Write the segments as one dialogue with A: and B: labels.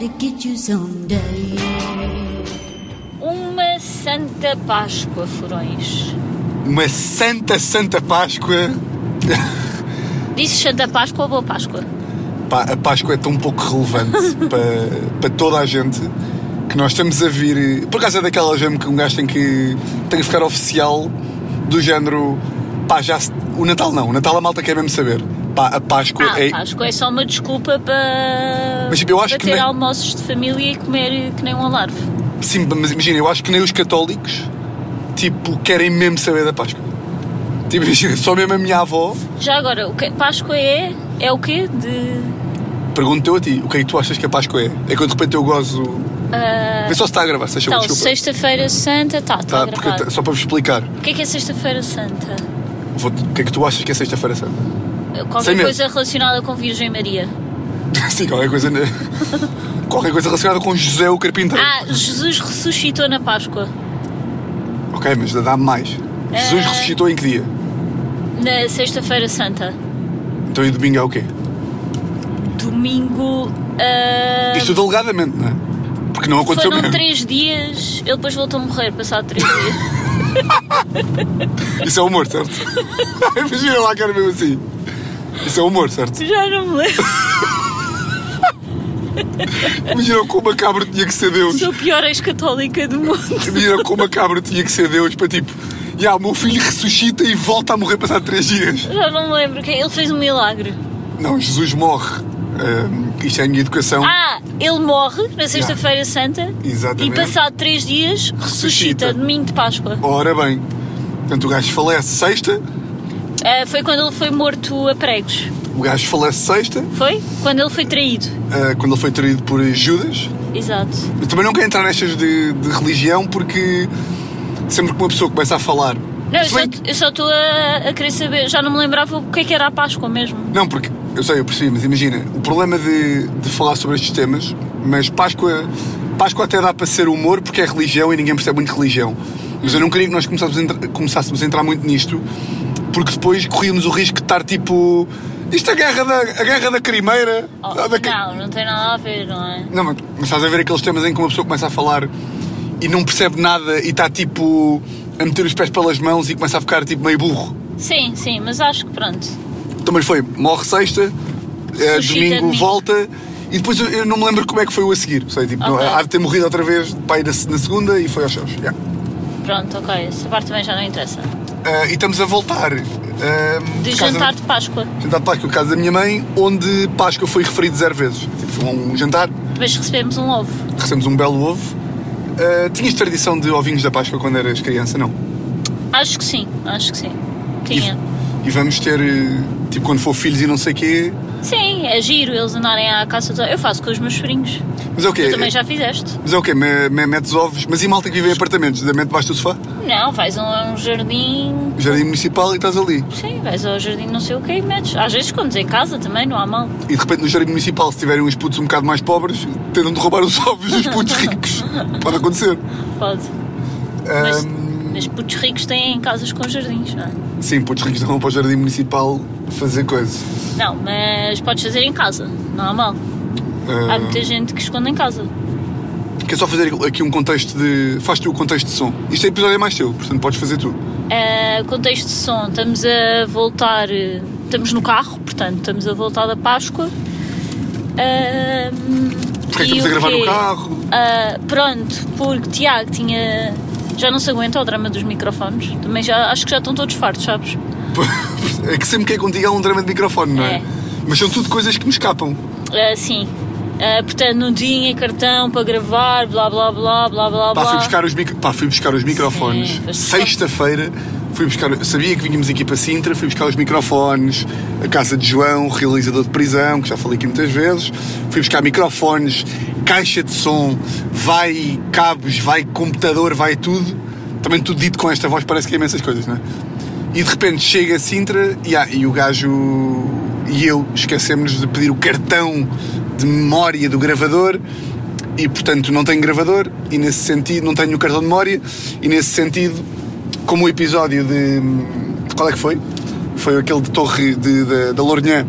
A: to get you someday.
B: Uma Santa Páscoa, Furões.
C: Uma santa, santa Páscoa.
B: Dizes Santa Páscoa ou Boa Páscoa?
C: Pá, a Páscoa é tão pouco relevante para, para toda a gente que nós estamos a vir. Por acaso é daquela gema que um gajo tem que, tem que ficar oficial do género. Pá, já se- o Natal não, o Natal a malta quer mesmo saber. Pá, a Páscoa
B: Ah,
C: é.
B: Páscoa é só uma desculpa para,
C: Mas, tipo, eu acho
B: para
C: que
B: ter
C: nem-
B: almoços de família e comer que nem um alarve.
C: Sim, mas imagina, eu acho que nem os católicos, tipo, querem mesmo saber da Páscoa. Tipo, imagina, só mesmo a minha avó
B: Já agora, o que- Páscoa é, é o quê? De
C: perguntou a ti o que é que tu achas que a Páscoa é. É que eu de repente eu gozo. Vê só se está a gravar, se achou
B: Ah, Então,
C: desculpa.
B: sexta-feira santa, tá, está
C: Tá,
B: a
C: porque,
B: gravar.
C: tá- só para vos explicar,
B: O que é que é sexta-feira santa?
C: vou- o que é que tu achas que é Sexta-feira Santa?
B: Qualquer
C: Sem medo.
B: coisa relacionada com Virgem Maria.
C: Sim, qualquer coisa. né? qualquer coisa relacionada com José o Carpinteiro.
B: Ah, Jesus ressuscitou na Páscoa.
C: Ok, mas dá-me mais. Jesus
B: Ah.
C: ressuscitou em que dia?
B: Na sexta-feira santa.
C: Então e domingo é o quê?
B: Domingo. ah,
C: Isto tudo alegadamente, não é? Porque não aconteceu
B: foram
C: mesmo.
B: três dias, ele depois voltou a morrer, passado três dias.
C: Isso é humor, certo? Imagina lá que era mesmo assim. Isso é humor, certo?
B: Já não me lembro.
C: Imagina como a cabra tinha que ser Deus.
B: Sou a pior ex-católica do mundo.
C: Imagina como a cabra tinha que ser Deus para tipo, "Ya, o meu filho ressuscita e volta a morrer passado três dias.
B: Já não me lembro. quem- Ele fez um milagre.
C: Não, Jesus morre. Ahm, isto é a minha educação.
B: Ah, ele morre na sexta-feira santa.
C: Exatamente.
B: E passado três dias, ressuscita,
C: Ressuscita.
B: domingo de Páscoa.
C: Ora bem. Portanto, o gajo falece sexta,
B: Ah, foi quando ele foi morto a pregos.
C: o gajo falece sexta,
B: Foi? Quando ele foi traído.
C: ah, quando ele foi traído por Judas.
B: Exato.
C: Eu também não quero entrar nestas de, de religião porque sempre que uma pessoa começa a falar.
B: Não, eu
C: Se
B: só-
C: bem
B: eu só estou a, a querer saber. Já não me lembrava o que é que era a Páscoa mesmo.
C: Não, porque eu sei, eu percebi, mas imagina, o problema de, de falar sobre estes temas, mas Páscoa, Páscoa até dá para ser humor porque é religião e ninguém percebe muito religião. Mas eu não queria que nós começássemos a, entrar, começássemos a entrar muito nisto, porque depois corríamos o risco de estar tipo. Isto é a guerra da, a guerra da Crimeira.
B: Oh,
C: da- da-
B: não, não tem nada a ver, não é?
C: Não, mas mas estás a ver aqueles temas em que uma pessoa começa a falar e não percebe nada e está tipo a meter os pés pelas mãos e começa a ficar tipo meio burro.
B: Sim, sim, mas acho que pronto.
C: Então, mas foi, morre sexta, eh,
B: Ressuscita
C: domingo,
B: domingo.
C: volta e depois eu, eu não me lembro como é que foi o a seguir. Sei, tipo, não,
B: Ok.
C: há de ter morrido outra vez, pai na, na segunda e foi aos céus. Yeah.
B: Pronto, ok. Essa parte também já não interessa.
C: Eh, e estamos a voltar. eh,
B: De
C: casa-
B: jantar de Páscoa.
C: Jantar de Páscoa, casa da minha mãe, onde Páscoa foi referido zero vezes. Tipo, foi um jantar,
B: Mas recebemos um ovo.
C: recebemos um belo ovo. Eh, tinhas tradição de ovinhos da Páscoa quando eras criança, não?
B: Acho que sim, acho que sim. Tinha.
C: E, e vamos ter, eh, tipo, quando for filhos e não sei o quê.
B: Sim, é giro eles andarem à caça dos ovos. Eu faço com os meus sobrinhos.
C: Mas é o quê?
B: Tu também já fizeste?
C: Mas é o quê? Me, me, metes ovos. Mas e malta que vive em apartamentos? Da mente debaixo do sofá?
B: Não, vais a um jardim.
C: Jardim Municipal e estás ali.
B: Sim, vais ao jardim não sei o que e metes. Às vezes quando em casa também, não há mal.
C: E de repente no Jardim Municipal, se tiverem uns putos um bocado mais pobres, tentam de roubar os ovos dos putos ricos. Pode acontecer. Eh,
B: Pode. Mas,
C: Ahm,
B: mas putos ricos têm casas com jardins, não é?
C: sim, putos ricos não vão para o Jardim Municipal fazer coisa.
B: Não, mas podes fazer em casa, não há mal.
C: Hum.
B: Há muita gente que esconde em casa.
C: Quer Eh, só fazer aqui um contexto de. Faz tu o contexto de som. Isto é episódio é mais teu, portanto podes fazer tu.
B: Ah, contexto de som, estamos a voltar, eh, estamos no carro, portanto, estamos a voltar da Páscoa. Ahm,
C: Porquê é que
B: e
C: estamos a
B: o
C: gravar no
B: quê?
C: carro?
B: Ah, pronto, porque Tiago tinha. Já não se aguenta o drama dos microfones. Também já acho que já estão todos fartos, sabes?
C: É que sempre que é contigo há um drama de microfone, não é?
B: É.
C: Mas são tudo coisas que me escapam.
B: Ah, sim. Ah, portanto, não tinha cartão para gravar, blá blá blá blá blá
C: Pá,
B: blá.
C: fui buscar os, micro... Pá, fui buscar os microfones.
B: Sim, foste buscar.
C: Sexta-feira, fui buscar. Sabia que vínhamos aqui para Sintra, fui buscar os microfones, a casa de João, realizador de prisão, que já falei aqui muitas vezes. Fui buscar microfones, caixa de som, vai cabos, vai computador, vai tudo. Também tudo dito com esta voz, parece que é imensas coisas, não é? E de repente chega a Sintra e, há- e o gajo e eu esquecemos de pedir o cartão de memória do gravador e portanto não tenho gravador e nesse sentido não tenho o cartão de memória e nesse sentido como o episódio de qual é que foi? Foi aquele de Torre de, da- da Lourinhã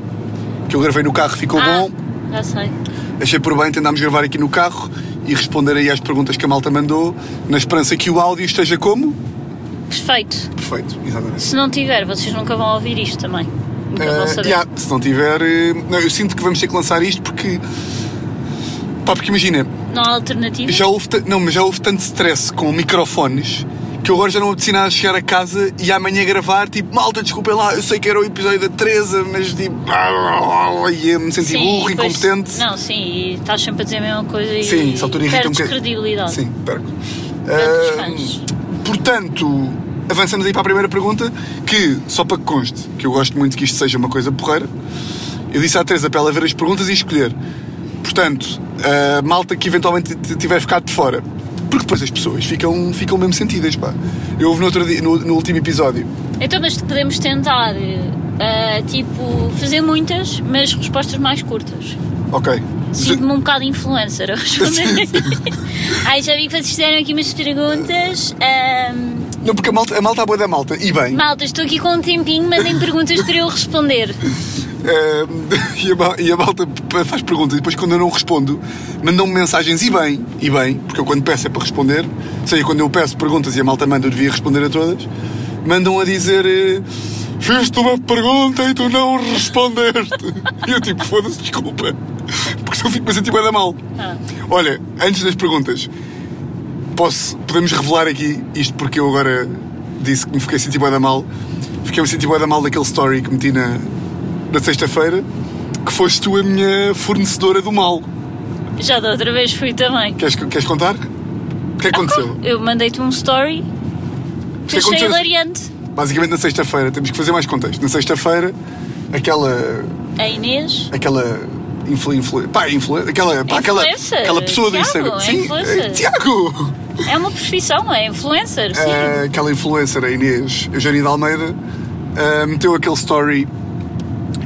C: que eu gravei no carro ficou
B: ah,
C: bom
B: Já sei.
C: achei por bem tentarmos gravar aqui no carro e responder aí às perguntas que a malta mandou, na esperança que o áudio esteja como?
B: Perfeito.
C: Perfeito, exatamente.
B: Se não tiver, vocês nunca vão ouvir isto também. Nunca
C: Eh,
B: vão saber.
C: yeah, se não tiver. eh, não, eu sinto que vamos ter que lançar isto porque. Pá, porque imagina,
B: Não há alternativa?
C: já houve, ta- não, mas já houve tanto stress com microfones que eu agora já não apetece nada chegar a casa e amanhã gravar, tipo, malta, desculpem lá, eu sei que era o episódio da Teresa, mas tipo. E eu me senti burro,
B: e depois-
C: incompetente.
B: Não, sim, e estás sempre a dizer a mesma coisa e
C: Sim, essa altura irrita um
B: perdes
C: bocadinho.
B: credibilidade.
C: Sim, perco.
B: Perdes
C: Ah,
B: fãs.
C: Portanto, avançamos aí para a primeira pergunta, que, só para que conste, que eu gosto muito que isto seja uma coisa porreira, eu disse à Teresa para ela ver as perguntas e escolher. Portanto, a malta que eventualmente t- tiver ficado de fora, porque depois as pessoas ficam, ficam mesmo sentidas, pá. Eu ouvi no, outro dia- no, no último episódio,
B: Então, mas podemos tentar, eh, tipo, fazer muitas, mas respostas mais curtas.
C: ok.
B: Sinto-me um bocado influencer a responder. Ai, já vi que vocês fizeram aqui umas perguntas. ahm,
C: Não, porque a malta, a malta é boa da malta, e bem.
B: malta, estou aqui com um tempinho, mandem perguntas para eu responder.
C: Eh, e, a, ma- e a malta p- faz perguntas e depois quando eu não respondo mandam-me mensagens e bem, e bem, porque eu quando peço é para responder, ou seja, quando eu peço perguntas e a malta manda, eu devia responder a todas, mandam a dizer eh, fiz-te uma pergunta e tu não respondeste. e eu tipo, foda-se, desculpa, porque se eu fico me sentir bem da mal.
B: Ah.
C: Olha, antes das perguntas, posso, podemos revelar aqui isto porque eu agora disse que me fiquei a sentir bué da mal. Fiquei-me a sentir bué da mal daquele story que meti na, na sexta-feira, que foste tu a minha fornecedora do mal.
B: Já da outra vez fui também.
C: Queres, queres contar? O que é que aconteceu?
B: Eu mandei-te um story que achei
C: Isto aconteceu-
B: hilariante.
C: Basicamente na sexta-feira, temos que fazer mais contexto. Na sexta-feira, aquela.
B: A Inês.
C: aquela. Influ, influ, pá, influ, aquela, pá, aquela,
B: Influencer.
C: aquela pessoa
B: Tiago,
C: do Instagram.
B: é
C: Sim,
B: influencer.
C: eh, Tiago!
B: É uma profissão, é influencer, sim.
C: Ah, aquela influencer, a Inês Eugênia de Almeida, ah, meteu aquele story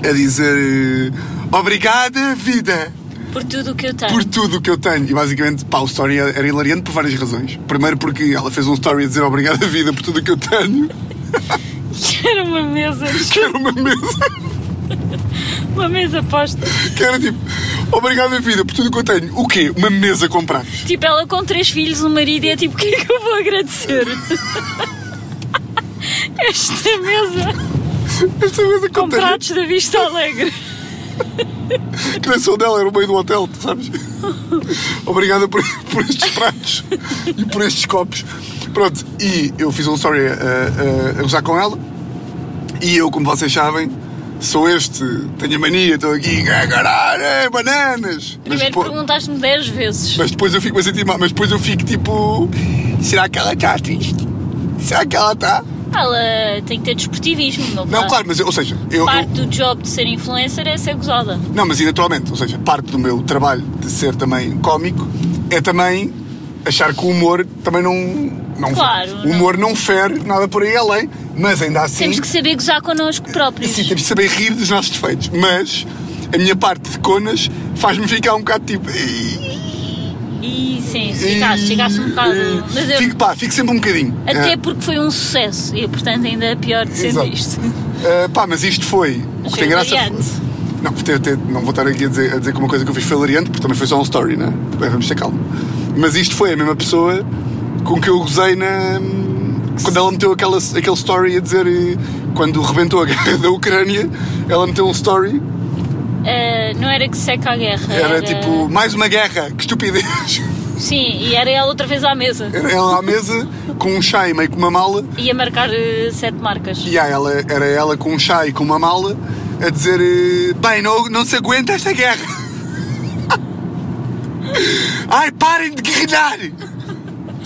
C: a dizer eh, Obrigada, vida,
B: Por tudo o que eu tenho.
C: por tudo o que eu tenho. E basicamente, pá, o story era hilariante por várias razões. Primeiro, porque ela fez um story a dizer Obrigada, vida, por tudo o que eu tenho,
B: Era uma mesa,
C: que era uma mesa,
B: uma mesa posta.
C: que era tipo Obrigada, vida, por tudo o que eu tenho. O quê? Uma mesa compramos.
B: Tipo, ela com três filhos, um marido, e é tipo, o que é que eu vou agradecer? Esta mesa
C: Esta mesa
B: com
C: compramos.
B: pratos da Vista Alegre.
C: A criação dela era o meio do hotel, tu sabes? Obrigada por, por estes pratos e por estes copos. Pronto, e eu fiz um story a, a, a gozar com ela. E eu, como vocês sabem, sou este, tenho a mania, estou aqui, "Ah, caralho, eh, bananas. Mas
B: Primeiro
C: depois,
B: perguntaste-me dez vezes.
C: mas depois eu fico a sentir mal, mas depois eu fico tipo, será que ela está triste? Será que ela está?
B: Ela tem que ter desportivismo, não,
C: Não, claro, mas eu- ou seja, eu, eu,
B: Ah. Parte do job de ser influencer é ser gozada.
C: Não, mas e naturalmente, ou seja, parte do meu trabalho de ser também cómico é também achar que o humor também não. não
B: Claro,
C: O humor não fere nada por aí além, mas ainda assim.
B: Temos que saber gozar connosco próprios.
C: Sim, temos que saber rir dos nossos defeitos. Mas a minha parte de conas faz-me ficar um bocado tipo. "Ih,
B: E sim, chegaste,
C: ih,
B: chegaste um bocado.
C: ih".
B: Mas eu,
C: Fico, pá, fico sempre um bocadinho.
B: até
C: É,
B: porque foi um sucesso. E portanto ainda é pior de
C: Exato.
B: sentir isto.
C: é, pá, mas isto foi. O que
B: Achei
C: tem graça.
B: hilariante.
C: foi- Não, até- até não vou estar aqui a dizer, a dizer que uma coisa que eu fiz foi hilariante, porque também foi só um story, né? Bem, vamos ter calma. Mas isto foi a mesma pessoa com que eu gozei na. Quando ela meteu aquela, aquele story a dizer. eh, Quando rebentou a guerra da Ucrânia, ela meteu um story.
B: Ah, não era que seca a guerra.
C: Era, tipo, mais uma guerra, que estupidez.
B: Sim, e era ela outra vez à mesa.
C: Era ela à mesa, com um chá e meio com uma mala.
B: Ia marcar eh, sete marcas.
C: É. E há ela, era ela com um chá e com uma mala a dizer: eh, Bem, não, não se aguenta esta guerra. Ai, parem de guerrilhar!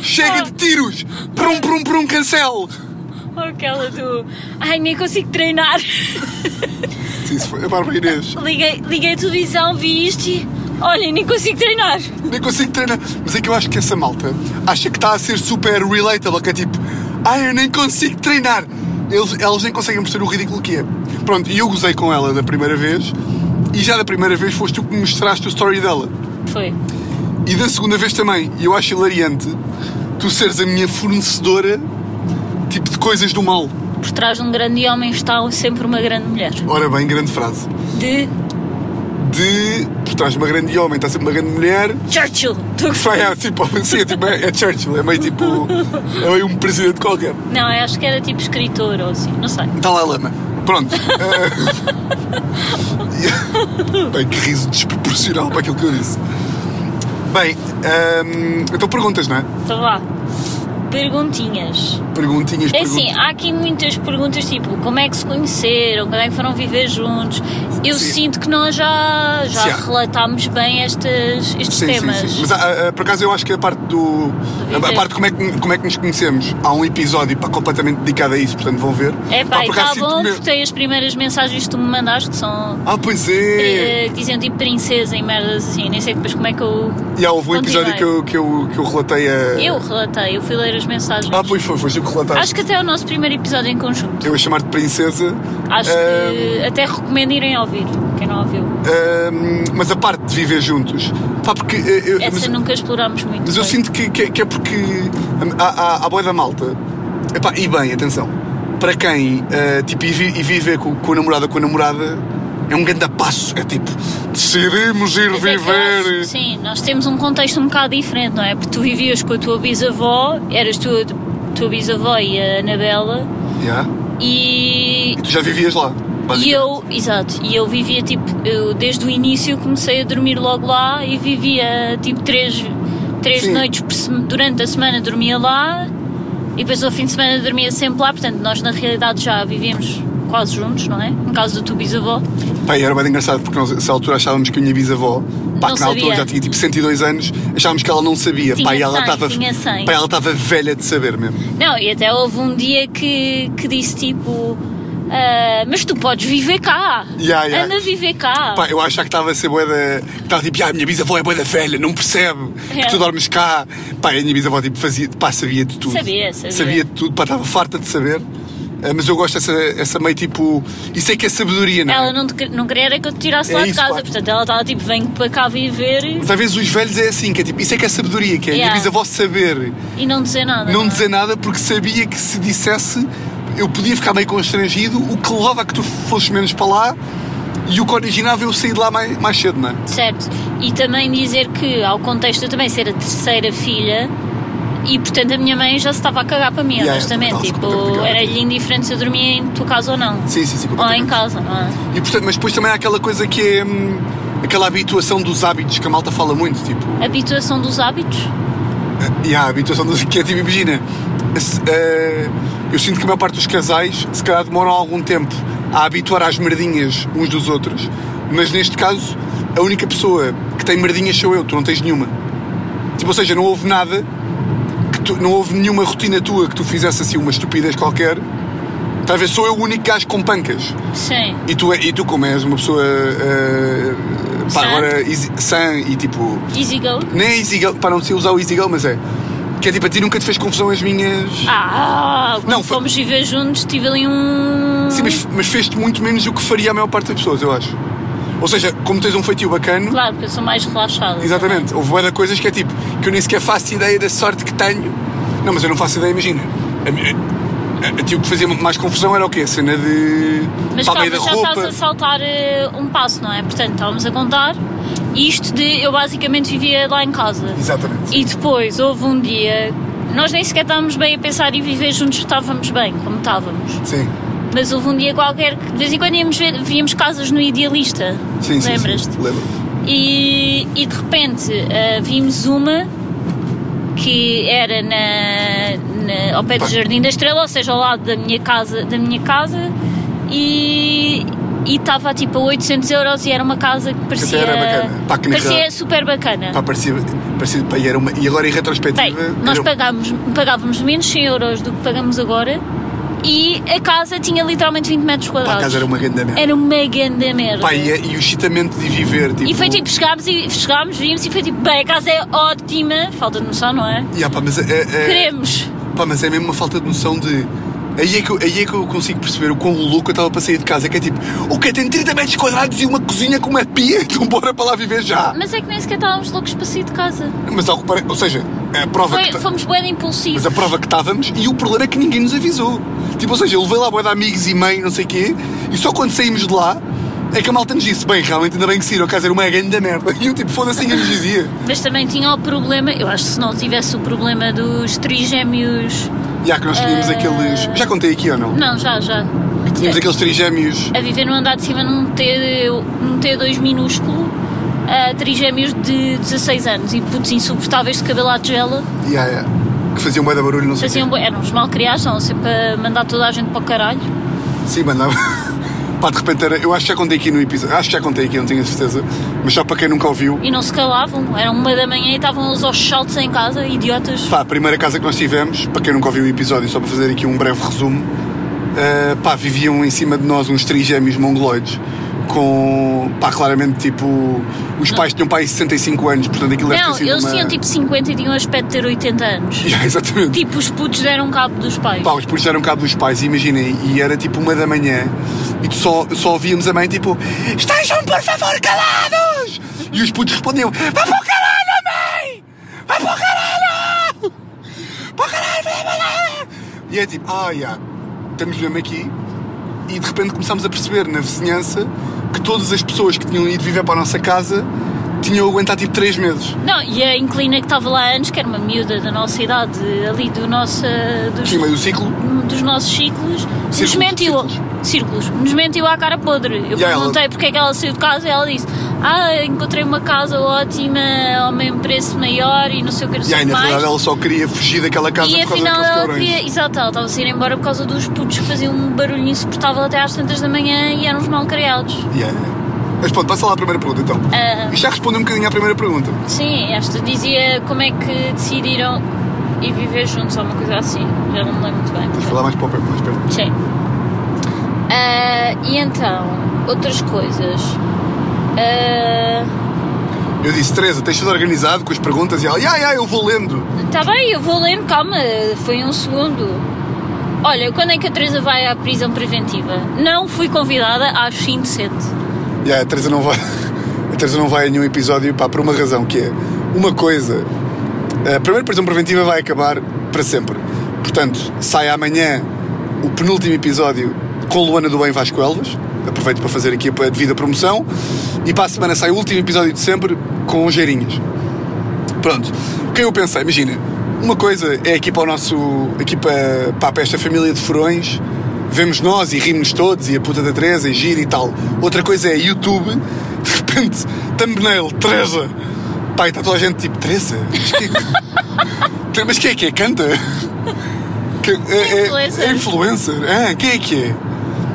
C: Chega de tiros! Prum, prum, prum, cancel!
B: Ou aquela do. Ai, nem consigo treinar.
C: Sim, Isso foi a Bárbara Inês.
B: Liguei, liguei a televisão, vi isto e. Olha, nem consigo treinar.
C: Nem consigo treinar. Mas é que eu acho que essa malta acha que está a ser super relatable, que é tipo, ai eu nem consigo treinar. Eles, eles nem conseguem perceber o ridículo que é. Pronto, e eu gozei com ela da primeira vez, e já da primeira vez foste tu que me mostraste o story dela.
B: Foi.
C: E da segunda vez também, e eu acho hilariante tu seres a minha fornecedora tipo de coisas do mal.
B: Por trás de um grande homem está sempre uma grande mulher.
C: Ora bem, grande frase.
B: De
C: de por trás de uma grande homem está sempre uma grande mulher
B: Churchill! Tu-
C: que foi é, tipo, sim, é, tipo, é, é Churchill, é meio tipo é meio um presidente qualquer.
B: Não, eu acho que era tipo escritor ou assim, não sei.
C: Dalai Lama. Pronto. Eh, Bem, que riso desproporcional para aquilo que eu disse. Bem, ehm, então perguntas, não é?
B: Então vá. Perguntinhas.
C: Perguntinhas,
B: É
C: perguntas.
B: assim, há aqui muitas perguntas tipo como é que se conheceram, como é que foram viver juntos. Eu
C: Sim.
B: sinto que nós já, já
C: Sim.
B: relatámos bem estes, estes
C: Sim,
B: temas.
C: sim, sim. Mas ah, ah, por acaso eu acho que a parte do. A, a parte de como é, que, como é que nos conhecemos. Há um episódio pá, completamente dedicado a isso, portanto vão ver.
B: É
C: Pá,
B: pá,
C: por
B: está
C: acaso sinto
B: bom
C: mesmo-
B: porque tem as primeiras mensagens que tu me mandaste que são.
C: Ah, pois é!
B: eh, que dizem tipo princesa e merdas assim, nem sei depois como é que eu.
C: E há houve um
B: Continuei.
C: episódio que eu, que, eu, que eu relatei a.
B: Eu relatei, eu fui ler as mensagens.
C: Ah, pois foi, foi tu que relataste.
B: Acho que até é o nosso primeiro episódio em conjunto.
C: Eu a chamar-te princesa.
B: Acho
C: Ahm,
B: que até recomendo irem ouvir, quem não ouviu.
C: Ahm, mas a parte de viver juntos, pá, porque. eh, eu-
B: Essa
C: mas,
B: nunca explorámos muito.
C: mas eu
B: bem.
C: sinto que, que é- que é porque há, há, há boia da malta. Epá, e bem, atenção, para quem eh, tipo, e, vi- e viver com, com a namorada com a namorada é um grande passo. É tipo, decidimos ir
B: Mas é que
C: viver.
B: nós- sim, nós temos um contexto um bocado diferente, não é? Porque tu vivias com a tua bisavó, eras tu, a tua bisavó e a Anabela,
C: Yeah.
B: e,
C: E tu já vivias lá.
B: e
C: basicamente.
B: eu, exato, e eu vivia tipo, eu desde o início comecei a dormir logo lá e vivia tipo três, três
C: Sim.
B: noites por sema- durante a semana dormia lá e depois ao fim de semana dormia sempre lá, portanto nós na realidade já vivíamos quase juntos, não é? No caso do teu bisavó.
C: Pá, e era bem engraçado porque nós, nessa altura, achávamos que a minha bisavó, pá,
B: Não
C: que na altura
B: sabia.
C: já tinha tipo 102 anos, achávamos que ela não sabia. pá,
B: Tinha
C: e ela
B: 100,
C: estava-
B: tinha 100.
C: pá, ela estava velha de saber mesmo.
B: Não, e até houve um dia que, que disse tipo. "Ah, mas tu podes viver cá.
C: Ya, ya.
B: Anda a viver cá.
C: Pá, eu achava que estava a ser boeda. Estava tipo, ah, a minha bisavó é boeda velha, não percebe que
B: É.
C: tu dormes cá. Pá, e a minha bisavó tipo, fazia, pá, sabia de tudo.
B: Sabia, sabia.
C: de tudo, pá, estava farta de saber. Ah, Mas eu gosto dessa, essa meio tipo. Isso é que é sabedoria, não é?
B: Ela não, te quer- não queria era que eu te tirasse
C: É
B: lá de
C: isso,
B: casa.
C: pá.
B: Portanto, ela estava tipo, vem para cá viver
C: Mas às vezes os velhos é assim, que é tipo, isso é que é sabedoria, que é a minha
B: Yeah.
C: bisavó saber,
B: e não dizer nada.
C: não
B: é?
C: dizer nada porque sabia que se dissesse eu podia ficar meio constrangido, o que levava a que tu fosses menos para lá e o que originava eu sair de lá mais, mais cedo, não é?
B: Certo. E também dizer que, ao contexto, eu também ser a terceira filha. E portanto a minha mãe já se estava a cagar para mim,
C: Ya,
B: honestamente.
C: estava-se completamente a
B: Tipo,
C: cagar.
B: era-lhe indiferente se eu dormia em tua casa ou não.
C: Sim, sim, sim,
B: Ou
C: completamente.
B: Oh, em casa, não é?
C: E, portanto, mas depois também há aquela coisa que é hum, aquela habituação dos hábitos que a malta fala muito, tipo,
B: Habituação dos hábitos?
C: e há a habituação dos que é tipo, imagina, se, eh, eu sinto que a maior parte dos casais se calhar demoram algum tempo a habituar às merdinhas uns dos outros, mas neste caso a única pessoa que tem merdinhas sou eu, tu não tens nenhuma. Tipo, ou seja, não houve nada, que tu- não houve nenhuma rotina tua que tu fizesse assim uma estupidez qualquer. Talvez sou eu o único gajo com pancas.
B: Sim.
C: E tu, é- e tu como és uma pessoa eh, pá,
B: Sã.
C: agora easy- sã e tipo.
B: Easy go.
C: Nem é easy girl, pá, não sei usar o easy girl, mas é. Que é tipo, a ti nunca te fez confusão as minhas.
B: Ah, quando
C: Não, foi-
B: fomos viver juntos, tive ali um.
C: Sim, mas, mas fez-te muito menos do que faria a maior parte das pessoas, eu acho. Ou seja, como tens um feitio bacana.
B: Claro, porque eu sou mais relaxada.
C: Exatamente, houve bué de coisas que é tipo, que eu nem sequer faço ideia da sorte que tenho. Não, mas eu não faço ideia, imagina. A, mi- a, a ti o que fazia mais confusão era o quê? A cena de.
B: Mas
C: pá,
B: calma,
C: meio
B: já
C: da roupa.
B: estás a saltar eh, um passo, não é? Portanto, estávamos a contar isto de eu basicamente vivia lá em casa.
C: Exatamente.
B: E depois houve um dia, nós nem sequer estávamos bem a pensar em viver juntos, estávamos bem, como estávamos.
C: Sim.
B: Mas houve um dia qualquer que de vez em quando íamos ver, víamos casas no Idealista.
C: Sim, sim.
B: Lembras-te?
C: sim. Lembro.
B: E, e de repente ah, vimos uma que era na, na- ao pé do
C: Pá.
B: Jardim da Estrela, ou seja, ao lado da minha casa, da minha casa e e estava tipo a 800 euros e era uma casa que parecia,
C: era bacana. Pá, que na
B: parecia
C: realidade-
B: super bacana.
C: Pá, Ah, parecia, parecia, pá, e, era uma, e agora em retrospectiva.
B: Bem, nós
C: era- um,
B: pagámos, pagávamos menos 100 euros do que pagamos agora e a casa tinha literalmente 20 metros
C: pá, a
B: quadrados.
C: casa era uma grande merda.
B: Era uma grande merda.
C: Pá, e, é e o excitamento de viver, tipo.
B: E foi tipo, chegámos, e, chegámos, vimos e foi tipo, bem, a casa é ótima, falta de noção, não é?
C: Ya, pá, mas, é, é-
B: Queremos.
C: pá, mas é mesmo uma falta de noção de. Aí é, que eu, aí é que eu consigo perceber o quão louco eu estava para sair de casa. Que é tipo, o que Tem 30 metros quadrados e uma cozinha com uma pia? Então bora para lá viver já.
B: Mas é que nem sequer estávamos loucos para sair de casa.
C: Mas ao que pare... Ou seja, é a prova
B: Foi-
C: que. ta-
B: fomos bem
C: Mas
B: impulsivos.
C: a prova que estávamos e o problema é que ninguém nos avisou. Tipo, ou seja, eu levei lá boa de amigos e mãe, não sei o quê, e só quando saímos de lá É que a malta nos disse, bem, realmente ainda bem que saíram, o caso era uma é grande merda. E eu tipo, foda-se, ninguém nos dizia.
B: Mas também tinha o problema, eu acho que se não tivesse o problema dos trigêmeos.
C: E há que nós tínhamos
B: Eh,
C: aqueles. Já contei aqui ou não?
B: Não, já, já.
C: é Que tínhamos aqueles trigêmeos.
B: A viver no andar de cima num, T, num T2 minúsculo, a trigêmeos de 16 anos e putos insuportáveis de cabelo à tigela.
C: Yeah, yeah. Que faziam bué da barulho, não sei. o quê.
B: Faziam, bué- eram uns malcriados, estavam sempre a mandar toda a gente para o caralho.
C: Sim, mandava. Pá, de repente era. Eu acho que já contei aqui no episódio. Acho que já contei aqui, não tenho a certeza. Mas só para quem nunca ouviu,
B: E não se calavam, eram uma da manhã e estavam eles aos saltos em casa, idiotas.
C: pá, a primeira casa que nós tivemos, para quem nunca ouviu o episódio, só para fazer aqui um breve resumo, eh, pá, viviam em cima de nós uns trigêmeos mongoloides. Com, pá, claramente, tipo, os pais tinham pai 65 anos, portanto aquilo deve ter
B: Não,
C: sido
B: eles
C: uma...
B: tinham tipo 50 e tinham aspecto de ter 80 anos.
C: Yeah, exatamente.
B: Tipo, os putos deram cabo dos pais.
C: Pá, os putos eram cabo um dos pais, imaginem, e era tipo uma da manhã e tu só, só ouvíamos a mãe tipo Estejam por favor calados! E os putos respondiam Vá para o caralho, mãe! Vá para o caralho! Para o caralho, vai para lá! E é tipo, ah, yeah, estamos mesmo aqui e de repente começámos a perceber na vizinhança que todas as pessoas que tinham ido viver para a nossa casa tinham aguentado tipo 3 meses.
B: Não, e a inclina que estava lá antes, que era uma miúda da nossa idade, ali do nosso, dos,
C: Sim, meio do ciclo.
B: dos nossos ciclos, nos
C: Círculos,
B: mentiu.
C: círculos.
B: Círculos. Nos mentiu à cara podre. Eu
C: E ela?
B: perguntei porque é que ela saiu de casa e ela disse: Ah, encontrei uma casa ótima, ao mesmo preço maior e não sei o que, não
C: E
B: sei
C: aí,
B: o que
C: na
B: mais.
C: realidade, ela só queria fugir daquela casa
B: E
C: por causa
B: afinal
C: daqueles
B: ela
C: cabrões.
B: queria. Exato, ela estava a sair embora por causa dos putos que faziam um barulho insuportável até às tantas da manhã e eram uns malcriados.
C: Yeah. Mas pronto, passa lá a primeira pergunta então.
B: Ah.
C: Isto já responde um bocadinho à primeira pergunta.
B: Sim, esta dizia como é que decidiram ir viver juntos ou uma coisa assim. Já não me lembro muito bem.
C: Tens de falar mais para o pé, mais perto.
B: Sim. Ah, e então, outras coisas. Ah,
C: Eu disse, Teresa, tens sido organizado com as perguntas e ela, ah, ah, eu vou lendo.
B: Tá bem, eu vou lendo, calma, foi um segundo. Olha, quando é que a Teresa vai à prisão preventiva? Não fui convidada, acho indecente.
C: Yeah, a Teresa não vai. A Teresa não vai a nenhum episódio pá, por uma razão, que é uma coisa. A primeira prisão preventiva vai acabar para sempre. Portanto, sai amanhã o penúltimo episódio com Luana do Bem Vascoelvas. Aproveito para fazer aqui a devida promoção. E para a semana sai o último episódio de sempre com Geirinhas. Pronto, o que eu pensei, imagina, uma coisa é aqui para o nosso. aqui para, pá, para esta família de furões, vemos nós e rimos todos, e a puta da Teresa, e gira e tal. Outra coisa é YouTube, de repente, thumbnail, Teresa. Pá, e está toda a gente tipo, Teresa? Mas quem, Ter- mas quem é que é? Canta? Que- é, é-
B: Influencer.
C: é influencer? Ah, quem é que é?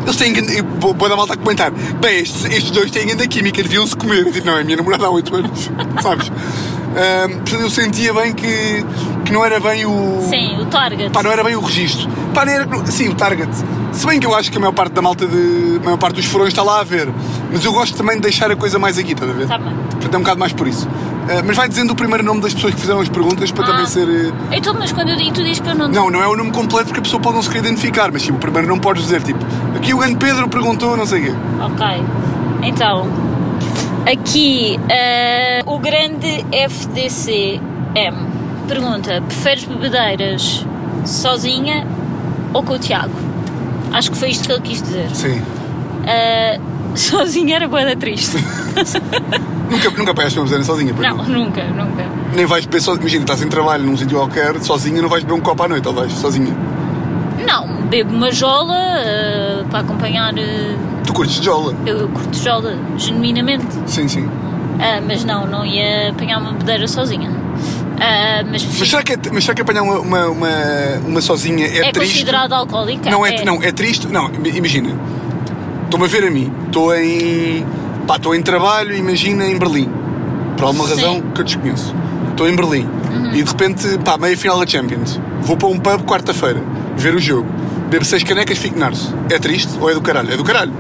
C: Eles têm grande. e bo- Boa da malta a comentar. Bem, estes, estes dois têm grande química, deviam-se comer. Eu digo, não, é a minha namorada há 8 anos, sabes? Ahm, portanto, eu sentia bem que, que não era bem o.
B: Sim, o target.
C: Pá, não era bem o registro. Pá, não era. Sim, o target. Se bem que eu acho que a maior parte da malta de. A maior parte dos furões está lá a ver. Mas eu gosto também de deixar a coisa mais aqui, estás a ver?
B: Tá bem.
C: Portanto, é um bocado mais por isso. Ah, mas vai dizendo o primeiro nome das pessoas que fizeram as perguntas para também
B: Ah.
C: ser. eh,
B: Então, mas quando eu digo, tu dizes para eu não.
C: não, não é o nome completo porque a pessoa pode não se querer identificar, mas tipo, o primeiro não podes dizer tipo, aqui o grande Pedro perguntou, não sei o quê.
B: Ok. Então, aqui ah, o grande FDCM pergunta: preferes bebedeiras sozinha ou com o Tiago? Acho que foi isto que ele quis dizer.
C: Sim.
B: Ah, sozinha era boa triste.
C: Nunca, nunca pegaste uma bebida sozinha, pois
B: não,
C: não.
B: nunca, nunca.
C: Nem vais beber sozinha. Imagina, estás em trabalho num sítio qualquer, sozinha, não vais beber um copo à noite, ou vais sozinha.
B: Não, bebo uma jola ah, para acompanhar. ah,
C: Tu curtes tijola?
B: eu, eu curto jola, genuinamente.
C: Sim, sim.
B: Ah, mas não, não ia apanhar uma bebedeira sozinha. Ah, mas
C: Mas será que, é, mas será que apanhar uma, uma, uma, uma sozinha é,
B: é
C: triste?
B: considerada alcoólica?
C: Não é, não, é triste. Não, im- imagina. Estou-me a ver a mim. Estou em. Pá, estou em trabalho, imagina, em Berlim. Por alguma
B: Sim. Uhum.
C: razão que eu desconheço. Estou em Berlim. E de repente, pá, meia final da Champions. Vou para um pub quarta-feira, ver o jogo. Bebo seis canecas, fico narso. É triste ou é do caralho? É do caralho.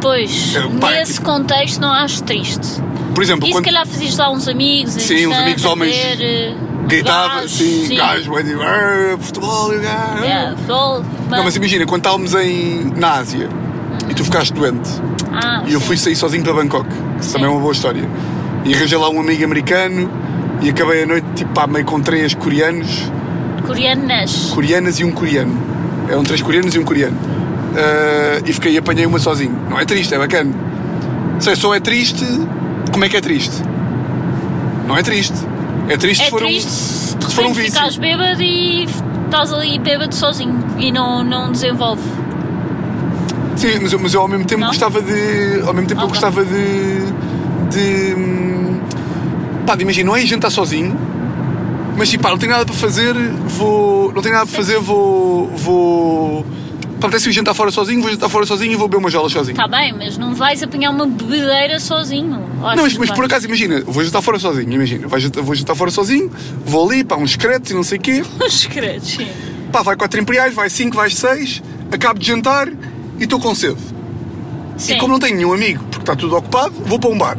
B: Pois,
C: É, pá,
B: nesse
C: tipo-
B: contexto não acho triste.
C: Por exemplo,
B: E se
C: quando
B: calhar fazias lá uns amigos,
C: Sim, uns
B: entretanto,
C: amigos
B: a
C: homens
B: ver, eh,
C: gritava
B: gajos,
C: assim,
B: sim.
C: gajo, é tipo, "Ah, futebol, e o gajo.
B: Yeah, futebol,
C: Não, mas imagina, quando estávamos em, na Ásia e tu ficaste doente.
B: Ah,
C: E eu
B: sim.
C: fui sair sozinho para Bangkok, que
B: Sim.
C: também é uma boa história. E arranjei lá um amigo americano e acabei a noite tipo pá, meio com três coreanos,
B: Coreano Nash.
C: coreanas e um coreano. Eram três coreanos e um coreano. eh, e fiquei e apanhei uma sozinho. Não é triste, é bacana. Se só é triste, como é que é triste? Não é triste. É triste
B: É
C: se for
B: triste
C: um.
B: se de
C: se for um
B: repente
C: vício.
B: ficares bêbado e estás ali bêbado sozinho e não, não desenvolve.
C: Sim, mas eu, mas eu ao mesmo tempo
B: Não?
C: gostava de. Ao mesmo tempo eu
B: Ok.
C: gostava de. de. hum, Pá, de imagina, não é gente estar sozinho, mas tipo, pá, não tenho nada para fazer, vou. Não tenho nada para fazer, vou. vou. Pá, até se eu jantar fora sozinho, vou jantar fora sozinho e vou beber uma jola sozinho.
B: Está Tá bem, mas não vais apanhar uma bebedeira sozinho. Acho
C: Não, mas,
B: que
C: mas
B: vai.
C: por acaso, imagina, vou jantar fora sozinho, imagina, vou jantar, vou jantar fora sozinho, vou ali, pá, uns cretos e não sei o quê,
B: Os credos, sim.
C: pá, vai quatro imperiais, vai cinco, vai seis, acabo de jantar e estou com sede.
B: Sim.
C: E como não tenho nenhum amigo, porque está tudo ocupado, vou para um bar.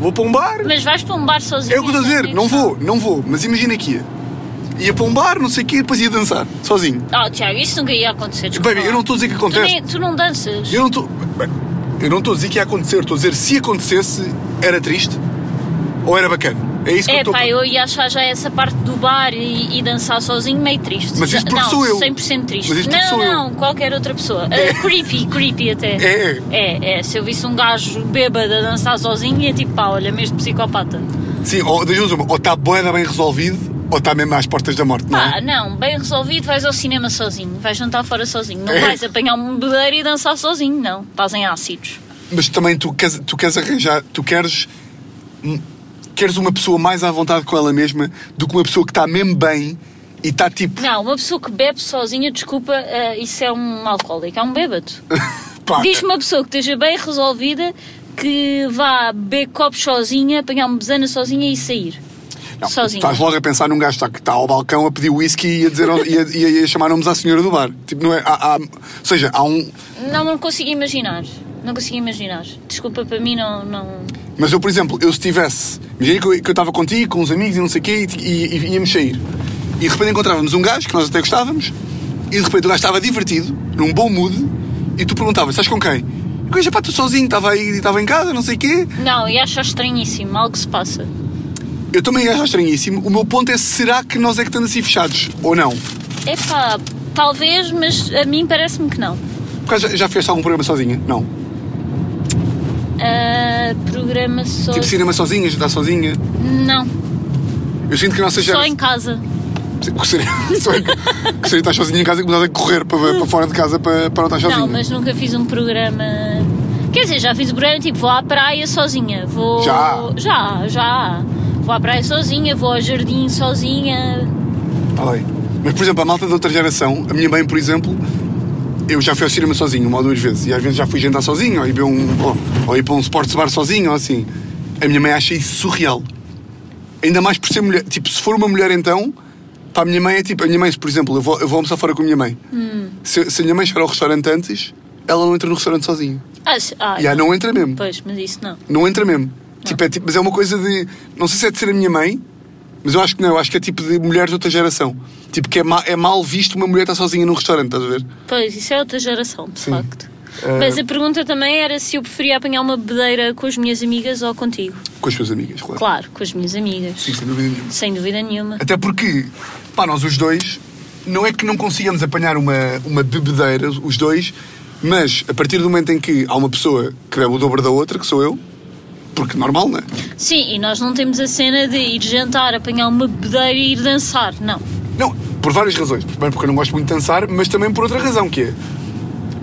C: Vou para um bar,
B: Mas vais para um bar sozinho.
C: é o que eu estou a
B: e
C: dizer,
B: amigos,
C: não vou, não vou, mas imagina que ia. Ia para um bar, não sei o quê, depois ia dançar, sozinho.
B: Ah, Tiago, isso nunca ia acontecer. desculpa
C: Baby,
B: lá.
C: eu não estou a dizer que
B: tu,
C: acontece.
B: nem- tu não danças.
C: Eu não estou. bem, Eu não estou a dizer que ia acontecer, estou a dizer se acontecesse, era triste ou era bacana. É isso que eu
B: É
C: estou
B: pá, eu ia achar já essa parte do bar e, e dançar sozinho meio triste.
C: Mas isso porque
B: não,
C: sou eu.
B: 100% triste.
C: Mas isso porque
B: não,
C: sou eu.
B: não, qualquer outra pessoa. Ah, creepy, creepy até.
C: É.
B: É, é. Se eu visse um gajo bêbado a dançar sozinho, ia tipo, pá, olha, mesmo psicopata.
C: Sim, ou das duas uma, ou está boeda bem resolvido, ou está mesmo às portas da morte, não
B: Pá,
C: é?
B: não, bem resolvido, vais ao cinema sozinho, vais jantar fora sozinho, não
C: É.
B: vais apanhar um bebedeiro e dançar sozinho, não. Estás em ácidos.
C: Mas também tu queres, tu queres arranjar, tu queres. hum, Queres uma pessoa mais à vontade com ela mesma do que uma pessoa que está mesmo bem e está tipo.
B: Não, uma pessoa que bebe sozinha, desculpa, eh, isso é um alcoólico, é um bêbado.
C: Pá,
B: Diz-me uma pessoa que esteja bem resolvida, que vá beber copos sozinha, apanhar uma besana sozinha e sair.
C: não,
B: sozinha.
C: Estás logo a pensar num gajo que está- que está ao balcão a pedir whisky e a, dizer, e a, e a- e a chamar nomes à senhora do bar. Tipo, não é? Há, há- ou seja, há um.
B: Não, não consigo imaginar. Não consigo imaginar. Desculpa, para mim não. não...
C: Mas eu, por exemplo, eu se tivesse. Imagina que eu que eu estava contigo, com uns amigos e não sei o quê, e, e, e íamos sair. E de repente encontrávamos um gajo que nós até gostávamos, e de repente o gajo estava divertido, num bom mood, e tu perguntavas: estás com quem? E o gajo, pá, tu sozinho, estava aí, estava em casa, não sei o quê.
B: Não, e acho estranhíssimo, algo se passa.
C: Eu também acho estranhíssimo. O meu ponto é: será que nós é que estamos assim fechados? Ou não?
B: Epá, talvez, mas a mim parece-me que não.
C: Por acaso, já- já fizeste algum programa sozinha? Não. Tipo
B: Ah, programa só.
C: Tipo cinema sozinha, jantar sozinha?
B: Não,
C: Eu sinto que a nossa
B: só
C: geração.
B: em casa.
C: Que seria, só em- que seria estar sozinha em casa e começar a correr para, para fora de casa para, para não estar sozinha.
B: Não, mas nunca fiz um programa. Quer dizer, já fiz um programa tipo vou à praia sozinha. Vou.
C: Já?
B: Já, já. Vou à praia sozinha, vou ao jardim sozinha.
C: Está Tá bem. Mas, por exemplo, a malta da outra geração, a minha mãe, por exemplo, eu já fui ao cinema sozinho uma ou duas vezes. E às vezes já fui jantar sozinho, ou ir, beber um, ou, ou ir para um sports bar sozinho, ou assim. A minha mãe acha isso surreal. Ainda mais por ser mulher. Tipo, se for uma mulher, então, para a minha mãe é tipo. A minha mãe, se, por exemplo, eu vou, eu vou almoçar fora com a minha mãe. Se, se a minha mãe chegar ao restaurante antes, ela não entra no restaurante sozinha.
B: Ah, se- ah,
C: E ah, não entra mesmo.
B: Pois, mas isso não.
C: Não entra mesmo. Tipo, é tipo, mas é uma coisa de. Não sei se é de ser a minha mãe, mas eu acho que não. Eu acho que é tipo de mulheres de outra geração. Tipo, que é, ma- é mal visto uma mulher estar sozinha num restaurante, estás a ver?
B: Pois, isso é outra geração, de
C: Sim.
B: facto.
C: Ah.
B: Mas a pergunta também era se eu preferia apanhar uma bebedeira com as minhas amigas ou contigo.
C: Com as suas amigas, claro.
B: Claro, com as minhas amigas.
C: Sim, sem dúvida nenhuma.
B: Sem dúvida nenhuma.
C: Até porque, pá, nós os dois, não é que não consigamos apanhar uma, uma bebedeira, os dois, mas a partir do momento em que há uma pessoa que bebe o dobro da outra, que sou eu, porque normal, não é?
B: Sim, e nós não temos a cena de ir jantar, apanhar uma bebedeira e ir dançar. Não.
C: Não, por várias razões. Primeiro porque eu não gosto muito de dançar, mas também por outra razão que é.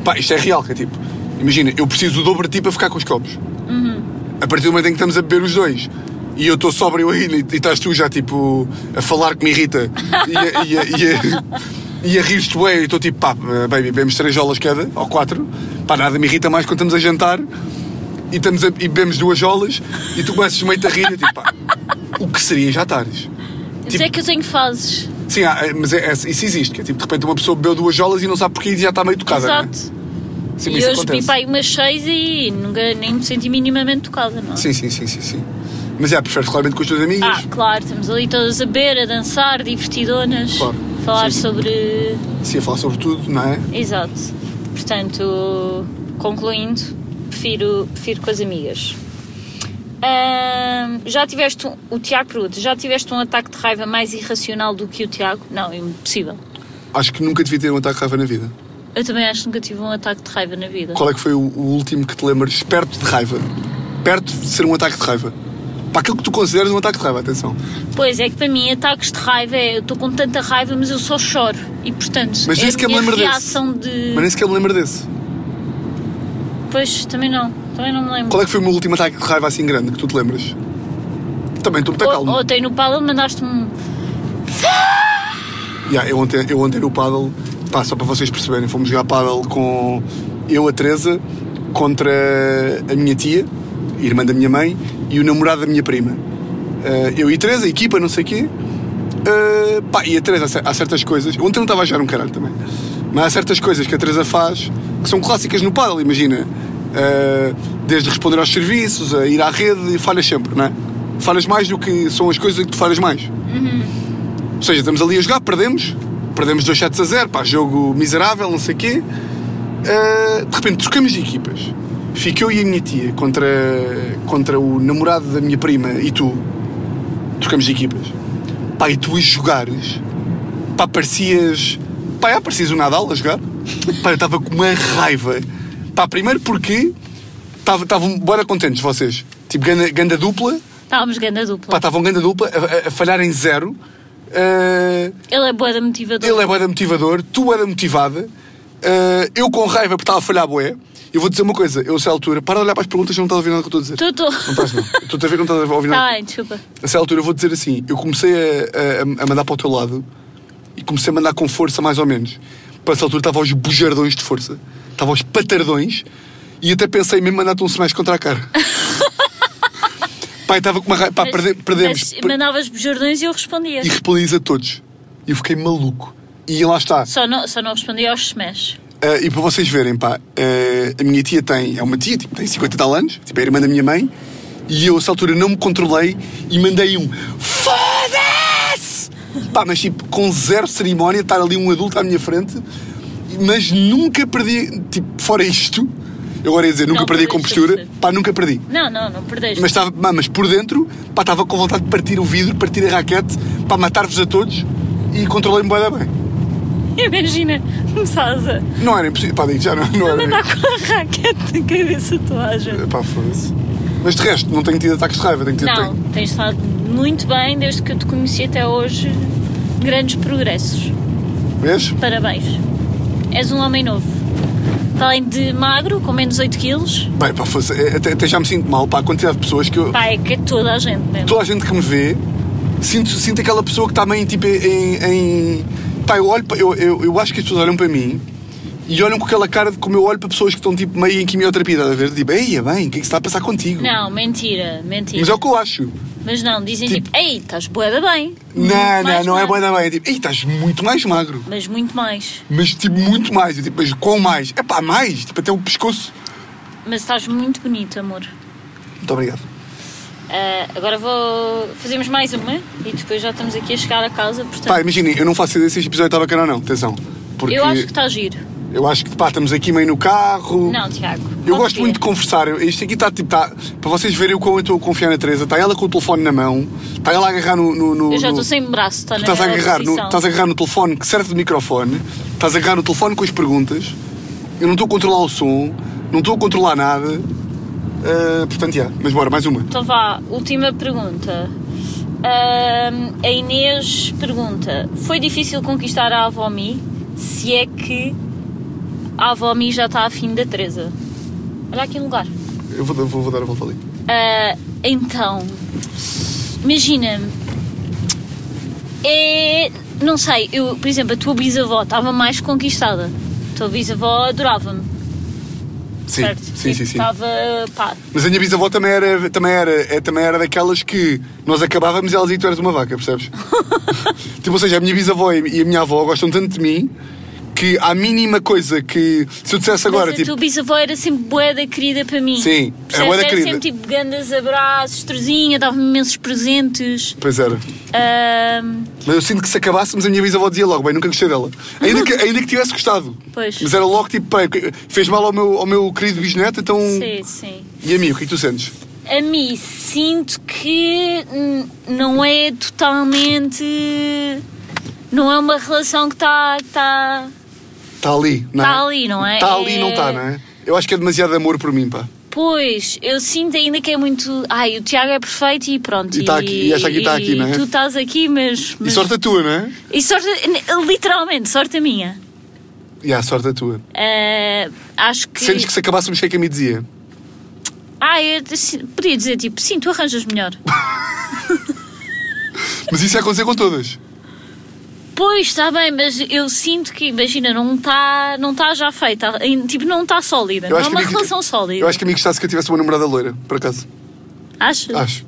C: Pá, isto é real, que é tipo. Imagina, eu preciso do dobro de ti para ficar com os copos. A partir do momento em que estamos a beber os dois e eu estou sóbrio ainda e, e estás tu já tipo a falar que me irrita e a, e a, e a, e a rir-te bué, e estou tipo, pá, baby, bebemos três jolas cada ou quatro, pá, nada me irrita mais quando estamos a jantar e, estamos a, e bebemos duas jolas e tu começas meio a rir e eu, tipo, pá, o que seria jantares?
B: Mas
C: Tipo-
B: é que eu tenho fases.
C: Sim, há, é, mas é, é- isso existe, que é tipo, de repente uma pessoa bebeu duas jolas e não sabe porquê e já está meio tocada, não é?
B: Exato.
C: Sim,
B: E
C: isso
B: hoje
C: acontece.
B: pipei umas seis e nunca nem me senti minimamente tocada, não é?
C: Sim, sim, sim, sim, sim. Mas é, preferes claramente com os teus amigos.
B: Ah, claro, estamos ali todas a beber, a dançar, divertidonas,
C: Claro,
B: falar
C: sim.
B: sobre.
C: Se ia falar sobre tudo, não é?
B: Exato. Portanto, concluindo, prefiro, prefiro com as amigas. Ahm, já tiveste um, o Tiago pergunta, já tiveste um ataque de raiva mais irracional do que o Tiago? Não, impossível.
C: Acho que nunca devia ter um ataque de raiva na vida.
B: Eu também acho que nunca tive um ataque de raiva na vida.
C: Qual é que foi o, o último que te lembras perto de raiva? Perto de ser um ataque de raiva? Para aquilo que tu consideras um ataque de raiva, atenção.
B: Pois é que para mim ataques de raiva é eu estou com tanta raiva, mas eu só choro. E portanto,
C: Mas
B: é
C: nem sequer
B: a
C: me
B: minha
C: lembro desse.
B: reação de.
C: Mas nem sequer me lembro desse.
B: Pois também não, também não me lembro.
C: Qual é que foi o meu último ataque de raiva assim grande que tu te lembras? Também estou muito calmo.
B: Ou- Ontem no Palo mandaste-me um.
C: Yeah, eu, ontem, eu ontem no paddle, pá, só para vocês perceberem, fomos jogar paddle com eu, a Teresa, contra a minha tia, irmã da minha mãe, e o namorado da minha prima. Ah, eu e a Teresa, equipa, não sei o quê. Ah, pá, e a Teresa, há cer- há certas coisas. Ontem não estava a jogar um caralho também. Mas há certas coisas que a Teresa faz que são clássicas no paddle, imagina. Ah, desde responder aos serviços, a ir à rede, falhas sempre, não é? Falhas mais do que são as coisas que tu falhas mais. Ou seja, estamos ali a jogar, perdemos, perdemos 2 sets a 0, pá, jogo miserável, não sei o quê. Ah, de repente trocamos de equipas. Fico eu e a minha tia contra, contra o namorado da minha prima e tu. Trocamos de equipas. Pá, e tu a jogares, pá, parecias. Pá, é, parecias o Nadal a jogar. Pá, eu estava com uma raiva. Pá, primeiro porque estava- estavam bora contentes vocês. Tipo, ganda, ganda dupla,
B: Estávamos grande a
C: pá,
B: dupla.
C: estavam ganda dupla a, a- a falhar em zero. Ah,
B: Ele é boa da motivador.
C: ele é boeda motivador, tu era motivada, ah, eu com raiva porque estava a falhar boé. Eu vou dizer uma coisa, eu a essa altura, para de olhar para as perguntas, não estás a ouvir nada que eu estou a dizer.
B: Tu, tu.
C: é- Não estás, não. Tu estás a ver que não estás a ouvir nada.
B: Tá bem, desculpa.
C: A essa altura eu vou dizer assim, eu comecei a, a- a mandar para o teu lado e comecei a mandar com força mais ou menos. Para essa altura estava aos bujardões de força, estava aos patardões e até pensei mesmo em mandar-te um smash contra a cara. Pai, estava com uma raiva, pá,
B: Mas-
C: perde- perdemos.
B: Mas mandavas bujardões e eu respondia.
C: E respondi-lhes a todos. E eu fiquei maluco. E lá está.
B: Só, não, só não respondia aos smash.
C: Ah, e para vocês verem, pá, ah, a minha tia tem, é uma tia, tipo, tem 50 e tal anos, tipo, é a irmã da minha mãe, e eu, a essa altura, não me controlei e mandei um Foda-se! Pá, mas tipo, com zero cerimónia, estar ali um adulto à minha frente, mas nunca perdi, tipo, fora isto, eu agora ia dizer, nunca
B: Não,
C: perdi a
B: perdeste,
C: compostura,
B: perdeste.
C: pá, nunca perdi.
B: Não, não, não perdeste.
C: Mas, estava, pá, mas por dentro, pá, estava com vontade de partir o vidro, partir a raquete, para matar-vos a todos, e controlei-me bem, bem.
B: Imagina, começavas a
C: Não era impossível, pá, digo já, não, não era.
B: mandar com a raquete na cabeça toda a gente.
C: Pá, foda-se. Mas de resto, não tenho tido ataques de raiva, tenho tido.
B: Não,
C: tenho-
B: tens estado muito bem desde que eu te conheci até hoje. Grandes progressos.
C: Vês?
B: Parabéns. És um homem novo. Para além de magro, com menos 8 quilos,
C: Bem, pá, foda-se, é, até, até já me sinto mal, pá, a quantidade de pessoas que eu.
B: pá, é que é toda a gente, né?
C: Toda a gente que me vê, sinto, sinto aquela pessoa que está meio tipo em. em pá, eu olho, pa- eu, eu, eu acho que as pessoas olham para mim e olham com aquela cara de como eu olho para pessoas que estão tipo meio em quimioterapia, estás a ver? Tipo, eia, bem, o que é que se está a passar contigo?
B: Não, mentira,
C: Mas é
B: mentira.
C: o que eu acho.
B: Mas não, dizem
C: Tipo-
B: tipo, ei, estás boeda bem. Muito
C: Não, não,
B: mais
C: não é
B: magro."
C: boa da bem. É tipo, ei, estás muito mais magro.
B: Mas muito mais.
C: Mas tipo, muito mais. Eu, tipo, mas quão mais? É pá, mais. Tipo, até o pescoço.
B: Mas estás muito bonito, amor.
C: Muito obrigado.
B: Ah, agora vou. Fazemos mais uma e depois já estamos aqui a chegar a casa, portanto.
C: Pá, imaginem, Tá, eu não faço ideia se este episódio está bacana ou não, atenção. Porque
B: Eu acho que está giro.
C: eu acho que, pá, estamos aqui meio no carro.
B: Não, Tiago.
C: Eu
B: pode
C: gosto
B: ver.
C: muito de conversar. Eu- Isto aqui está tipo. Tá, para vocês verem o quão eu estou a confiar na Teresa, está ela com o telefone na mão, está ela a agarrar no. no, no
B: Eu já estou
C: no-
B: sem braço, está
C: tu
B: na
C: estás a,
B: melhor
C: agarrar no,
B: posição.
C: estás a agarrar no telefone que serve de microfone, estás a agarrar no telefone com as perguntas, eu não estou a controlar o som, não estou a controlar nada. Ah, portanto, já, mas bora, mais uma.
B: Então vá, última pergunta. Ahm, a Inês pergunta: Foi difícil conquistar a avó Mi? Se é que a avó Mi já está afim da Teresa? Olha aqui um lugar.
C: Eu vou, dar- vou- vou dar a volta ali.
B: Ah, então, imagina. É, não sei, eu, por exemplo, a tua bisavó estava mais conquistada. A tua bisavó adorava-me,
C: Sim,
B: certo? Tá
C: sim, sim. sim.
B: Estava, pá,
C: Mas a minha bisavó também era, também era, é, também era daquelas que nós acabávamos e elas diziam que tu eras uma vaca, percebes? tipo, ou seja, a minha bisavó e e a minha avó gostam tanto de mim que à mínima coisa que. Se eu dissesse agora,
B: Mas é a
C: tipo.
B: tua bisavó era sempre boeda querida para mim.
C: Sim, é
B: Percebes?
C: bué da
B: era
C: querida.
B: sempre tipo grandes abraços, trozinha, dava-me imensos presentes.
C: Pois era.
B: Ahm,
C: Mas eu sinto que se acabássemos, a minha bisavó dizia logo, bem, nunca gostei dela. Ainda que, ainda que tivesse gostado.
B: Pois.
C: Mas era logo tipo, bem, fez mal ao meu, ao meu querido bisneto, então.
B: Sim, sim.
C: E a mim, o que é que tu sentes?
B: A mim, sinto que hum, não é totalmente. Não é uma relação que está. Tá,
C: Está ali, não é?
B: Tá ali, não é?
C: Está ali,
B: É-
C: não está, não é? Eu acho que é demasiado amor por mim, pá.
B: Pois, eu sinto ainda que é muito. Ai, o Tiago é perfeito e pronto.
C: E tá aqui, e esta aqui tá aqui, não é?
B: Tu estás aqui, mas.
C: E
B: mas-
C: sorte a tua, não é?
B: e sorte- Literalmente, sorte a minha.
C: E há sorte a tua.
B: Ah, acho que.
C: Sentes que se acabássemos, o que é que me dizia?
B: Ah, eu disse- podia dizer tipo, sim, tu arranjas melhor.
C: Mas isso ia acontecer com todas.
B: Pois, está bem, mas eu sinto que, imagina, não está não tá já feita. Em- Tipo, não está sólida.
C: Eu
B: Não é
C: acho que
B: uma
C: a mim-
B: relação sólida.
C: Eu acho que a mim gostasse que eu tivesse uma namorada loira, por acaso.
B: Achas?
C: Acho.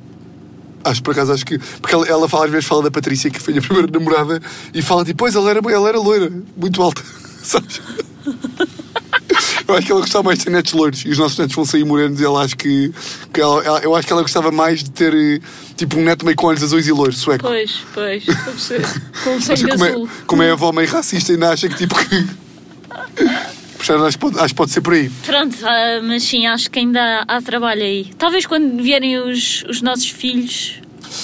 C: Acho, por acaso, acho que. Porque ela, ela fala, às vezes fala da Patrícia, que foi a primeira namorada, e fala tipo, pois ela era, ela era loira, muito alta, sabes? Eu acho que ela gostava mais de ter netos loiros e os nossos netos vão sair morenos e ela acho que. que ela- ela- eu acho que ela gostava mais de ter eh, tipo um neto meio com olhos azuis e loiro, sueco.
B: Pois, pois. Deve ser. Com
C: Acho
B: sangue
C: que como, é,
B: azul.
C: como é a avó meio racista ainda acha que tipo que. Puxaram, acho, que pode- acho que pode ser por aí.
B: Pronto, ah, mas sim, acho que ainda há, há trabalho aí. Talvez quando vierem os, os nossos filhos,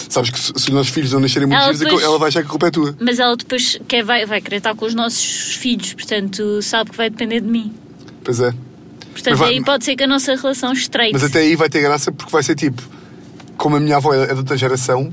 C: Sabes que se, se os nossos filhos não nascerem muito
B: Ela
C: giros,
B: depois-
C: ela vai achar que a culpa é tua.
B: mas ela depois quer, vai, vai querer estar com os nossos filhos, portanto sabe que vai depender de mim.
C: Pois é.
B: Portanto,
C: Mas vai-
B: aí pode ser que a nossa relação estreite.
C: Mas até aí vai ter graça porque vai ser tipo, como a minha avó é da outra geração,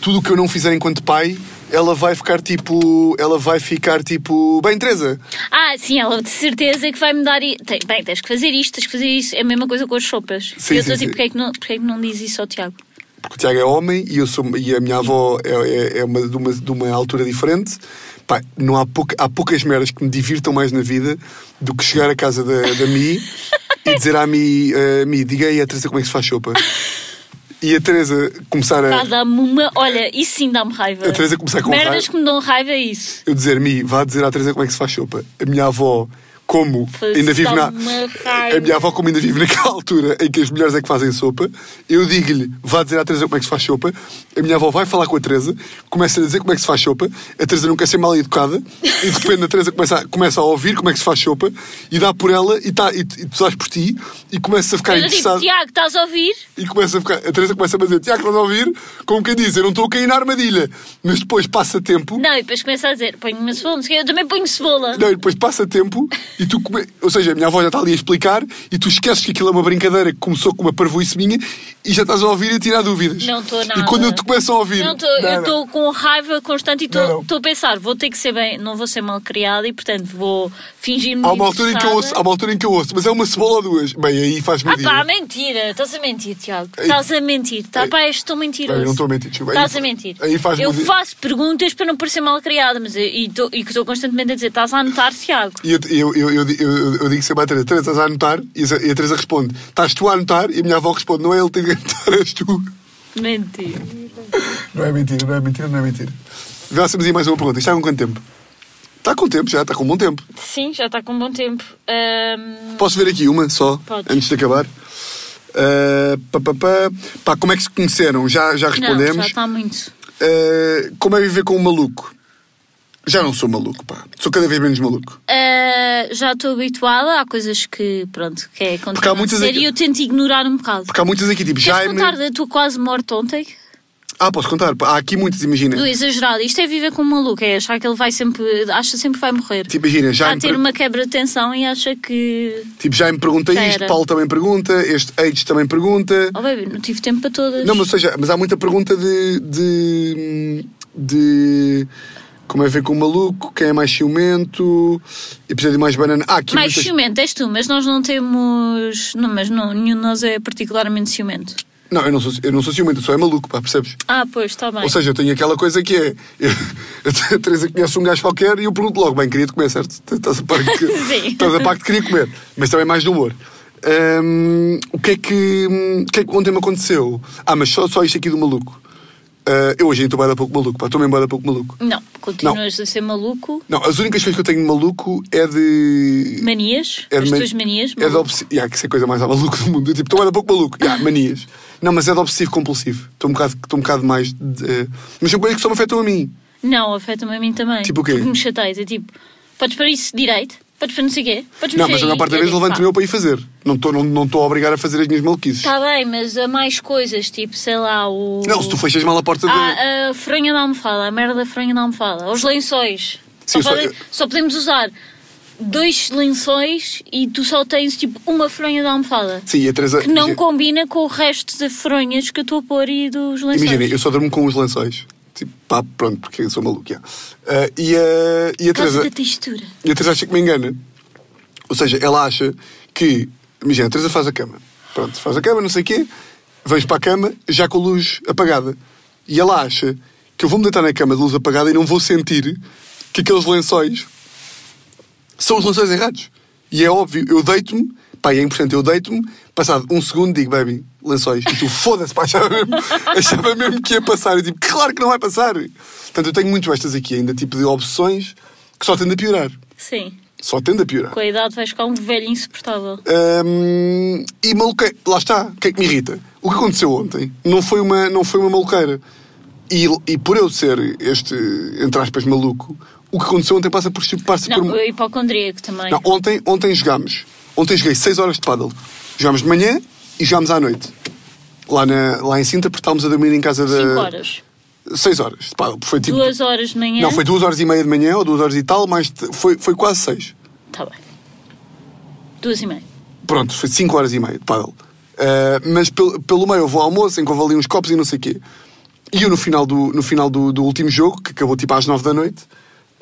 C: tudo o que eu não fizer enquanto pai, ela vai ficar tipo. Ela vai ficar tipo. Bem, Teresa,
B: Ah, sim, ela de certeza que vai me dar. i- Tem, bem, tens que fazer isto, tens que fazer isso. É a mesma coisa com as sopas.
C: Sim,
B: E eu estou
C: sim, sim.
B: assim, porque é, que não, porque é que não diz isso ao Tiago?
C: porque o Tiago é homem e, eu sou, e a minha avó é, é, é uma, de, uma, de uma altura diferente. Pá, não há, pouca, há poucas merdas que me divirtam mais na vida do que chegar à casa da, da Mi e dizer à Mi, eh, Mi diga aí a Teresa como é que se faz sopa. E a Teresa começar
B: Pá,
C: a.
B: dá-me uma. Olha, isso sim dá-me raiva.
C: É. Então A Teresa começar com
B: Merdas
C: raiva.
B: que me dão raiva é isso.
C: Eu dizer, Mi, vá dizer à Teresa como é que se faz sopa. A minha avó, como
B: Faz-
C: ainda vive na.
B: dá-me raiva.
C: A minha avó, como ainda vive naquela altura em que as mulheres é que fazem sopa, eu digo-lhe, vá dizer à Teresa como é que se faz sopa. A minha avó vai falar com a Teresa, começa a dizer como é que se faz sopa. A Teresa não quer ser mal educada e de repente a Teresa começa a, começa a ouvir como é que se faz sopa e dá por ela e, tá, e, e tu dás por ti e começa a ficar
B: eu digo,
C: interessado.
B: Tiago, estás a ouvir?
C: E começa a ficar, a Teresa começa a dizer, Tiago, estás a ouvir? Como quem diz, eu não estou a cair na armadilha. Mas depois passa tempo.
B: Não, e depois começa a dizer, ponho uma cebola, não sei o quê, eu também ponho cebola.
C: Não, e depois passa tempo e tu come... Ou seja, a minha avó já está ali a explicar e tu esqueces que aquilo é uma brincadeira que começou com uma parvoíce minha e já estás a ouvir e a tirar dúvidas.
B: Não estou nada.
C: E quando eu te começo a ouvir.
B: Não, tô- eu estou com raiva constante e
C: Não.
B: estou a pensar, vou ter que ser bem, não vou ser mal criada e portanto vou fingir-me.
C: Há uma, altura em que eu ouço, há
B: interessada.
C: uma altura em que eu ouço, mas é uma cebola ou duas. Bem, aí faz-me
B: Ah
C: rir.
B: pá, mentira, estás a mentir, Tiago.
C: Ei.
B: Estás a mentir. Tá,
C: Ei.
B: pá, és tão mentiroso.
C: Eu não estou a mentir, desculpa. Aí
B: Estás a
C: fa-
B: mentir.
C: aí faz-me
B: eu
C: rir.
B: faço perguntas para não parecer mal criada, mas eu- e tô- e que estou constantemente a dizer, estás a anotar, Tiago.
C: E eu, eu, eu, eu, eu, eu digo sempre à Teresa, Teresa, estás a anotar? E a e a Teresa responde, estás tu a anotar? E a minha avó responde, não é ele que tem que anotar, és tu.
B: Mentira.
C: Não é mentira, não é mentira, não é mentira. Vá-se-nos aí mais uma pergunta. Isto está com quanto tempo? Está com tempo já, está com um bom tempo.
B: Sim, já está com um bom tempo. Ahm,
C: Posso ver aqui uma só,
B: Pode.
C: antes de acabar? Uh, pá, pá, pá. Pá, como é que se conheceram? Já, já
B: não, já tá.
C: respondemos.
B: está muito.
C: Uh, como é viver com um maluco? Já não sou maluco, pá. Sou cada vez menos maluco.
B: Ah, já estou habituada, há coisas que, pronto, que é
C: Porque há
B: contra
C: muitas
B: ser
C: aqui-
B: e eu tento ignorar um bocado.
C: Porque há muitas aqui, tipo,
B: Queres
C: Jaime.
B: contar da tua quase morte ontem?
C: Ah, posso contar? Pá, Há aqui muitas, imagina.
B: Do exagerado. Isto é viver com um maluco, é achar que ele vai sempre, acha que sempre vai morrer.
C: Tipo, imagina,
B: Está a
C: Jaime,
B: ter
C: per-
B: Ah, uma quebra de tensão e acha que.
C: tipo, Jaime pergunta
B: Já
C: isto,
B: era.
C: Paulo também pergunta, este Aids também pergunta.
B: Oh, baby, não tive tempo para todas.
C: Não, mas ou seja, mas há muita pergunta de. de. de como é ver com o maluco, quem é mais ciumento, e precisa de mais banana. Ah, aqui
B: Mais
C: muitas...
B: ciumento és tu, mas nós não temos. Não, mas não, nenhum de nós é particularmente ciumento.
C: Não, eu não sou, eu não sou ciumento, eu sou é maluco, pá, percebes?
B: Ah, pois, está bem.
C: Ou seja, eu tenho aquela coisa que é. eu- a Teresa conhece um gajo qualquer e eu pergunto logo: bem, queria te comer, certo? Estás a parte que,
B: Sim.
C: estás a par que queria comer, mas também mais do humor. Hum, o que é que, o que é que ontem me aconteceu? Ah, mas só, só isto aqui do maluco. Ah, eu hoje ainda estou bem da pouco maluco, pá, estou bem bué da pouco maluco.
B: Não, continuas a ser maluco.
C: Não, as únicas coisas que eu tenho de maluco é de.
B: Manias?
C: É de
B: As
C: man-
B: tuas manias?
C: É de
B: maluco?
C: obsessivo. Yeah, que isso é a coisa mais maluca do mundo. Eu, tipo, estou ainda pouco maluco. Yeah, manias. Não, mas é de obsessivo compulsivo. Estou um bocado, estou um bocado mais. de- eh, mas são coisas que só me afetam a mim.
B: Não, afeta-me a mim também.
C: Tipo o quê?
B: Porque me chateias. É tipo, podes para isso direito, podes para não sei o quê, podes
C: não,
B: para
C: mas a
B: aí,
C: maior parte da vez
B: é tipo,
C: levanto-me
B: pá,
C: eu para ir fazer. Não estou não, não estou a obrigar a fazer as minhas maluquices.
B: Tá bem, mas há mais coisas, tipo, sei lá, o.
C: Não, se tu fechas mal a porta de.
B: Ah, a fronha da almofada, a merda da fronha da almofada, os lençóis.
C: Sim,
B: só,
C: só-
B: podem-
C: eu-
B: só podemos usar dois lençóis e tu só tens tipo uma fronha da almofada.
C: Sim, e a Teresa.
B: ah, Que não
C: imagina-
B: combina com o resto de fronhas que eu estou a pôr e dos lençóis.
C: Imagina, eu só durmo com os lençóis. Tipo, pá, pronto, porque eu sou maluco. já. Ah, e, a, e a
B: Por causa
C: Teresa.
B: da textura.
C: E a Teresa acha que me engana. Ou seja, ela acha que. Imagina, a Teresa faz a cama. Pronto, faz a cama, não sei o quê. Vejo para a cama, já com a luz apagada. E ela acha que eu vou-me deitar na cama de luz apagada e não vou sentir que aqueles lençóis são os lençóis errados. E é óbvio, eu deito-me, pá, e é importante, eu deito-me, passado um segundo digo, baby, lençóis. E tu, foda-se, pá, achava mesmo, achava mesmo que ia passar. Eu tipo, claro que não vai passar. Portanto, eu tenho muito estas aqui ainda, tipo de obsessões que só tendem a piorar.
B: Sim.
C: Só tende a piorar.
B: Com a idade vais ficar um velho insuportável.
C: Hum, e maluqueira. Lá está. O que é que me irrita? O que aconteceu ontem não foi uma, não foi uma maluqueira. E, e por eu ser este, entre aspas, maluco, o que aconteceu ontem passa por tipo, passa
B: Não,
C: por.
B: eu hipocondríaco também.
C: um- Não, ontem, ontem jogámos. Ontem joguei 6 horas de paddle. Jogámos de manhã e jogámos à noite. Lá, na, lá em Sintra, porque estávamos a dormir em casa da.
B: 5 horas.
C: 6 horas de paddle. Foi tipo.
B: 2 horas de manhã.
C: Não, foi 2 horas e meia de manhã ou 2 horas e tal, mas t- foi, foi quase 6.
B: Tá bem. Duas e meia.
C: Pronto, foi 5 horas e meia de pádel. Ah, mas pelo, pelo meio houve o almoço, em que houve ali uns copos e não sei o quê. E eu no final do, no final do, do último jogo, que acabou tipo às 9 da noite,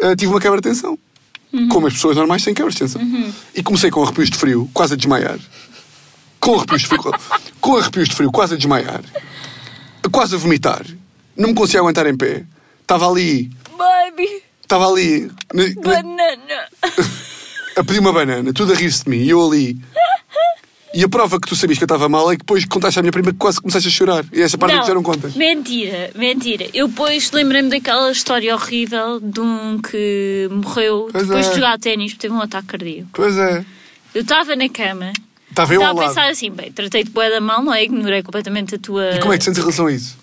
C: ah, tive uma quebra de tensão. Como as pessoas normais têm quebras de tensão. E comecei com arrepios de frio, quase a desmaiar. Com arrepios de frio, com arrepios de frio quase a desmaiar. Quase a vomitar. Não me conseguia aguentar em pé. Estava ali,
B: Baby,
C: estava ali, na- na-
B: banana.
C: a pedir uma banana, tudo a rir-se de mim, e eu ali. E a prova que tu sabias que eu estava mal é que depois contaste à minha prima que quase começaste a chorar. E essa parte é que já não contas.
B: Mentira, mentira. Eu depois lembrei-me daquela história horrível de um que morreu
C: Pois
B: depois
C: é.
B: de jogar ténis porque teve um ataque cardíaco.
C: Pois é.
B: Eu estava na cama.
C: Estava eu ao
B: Estava a
C: lado.
B: pensar assim, bem, tratei de boa da mão, não é? Ignorei completamente a tua.
C: E como é que te sentes em relação a isso?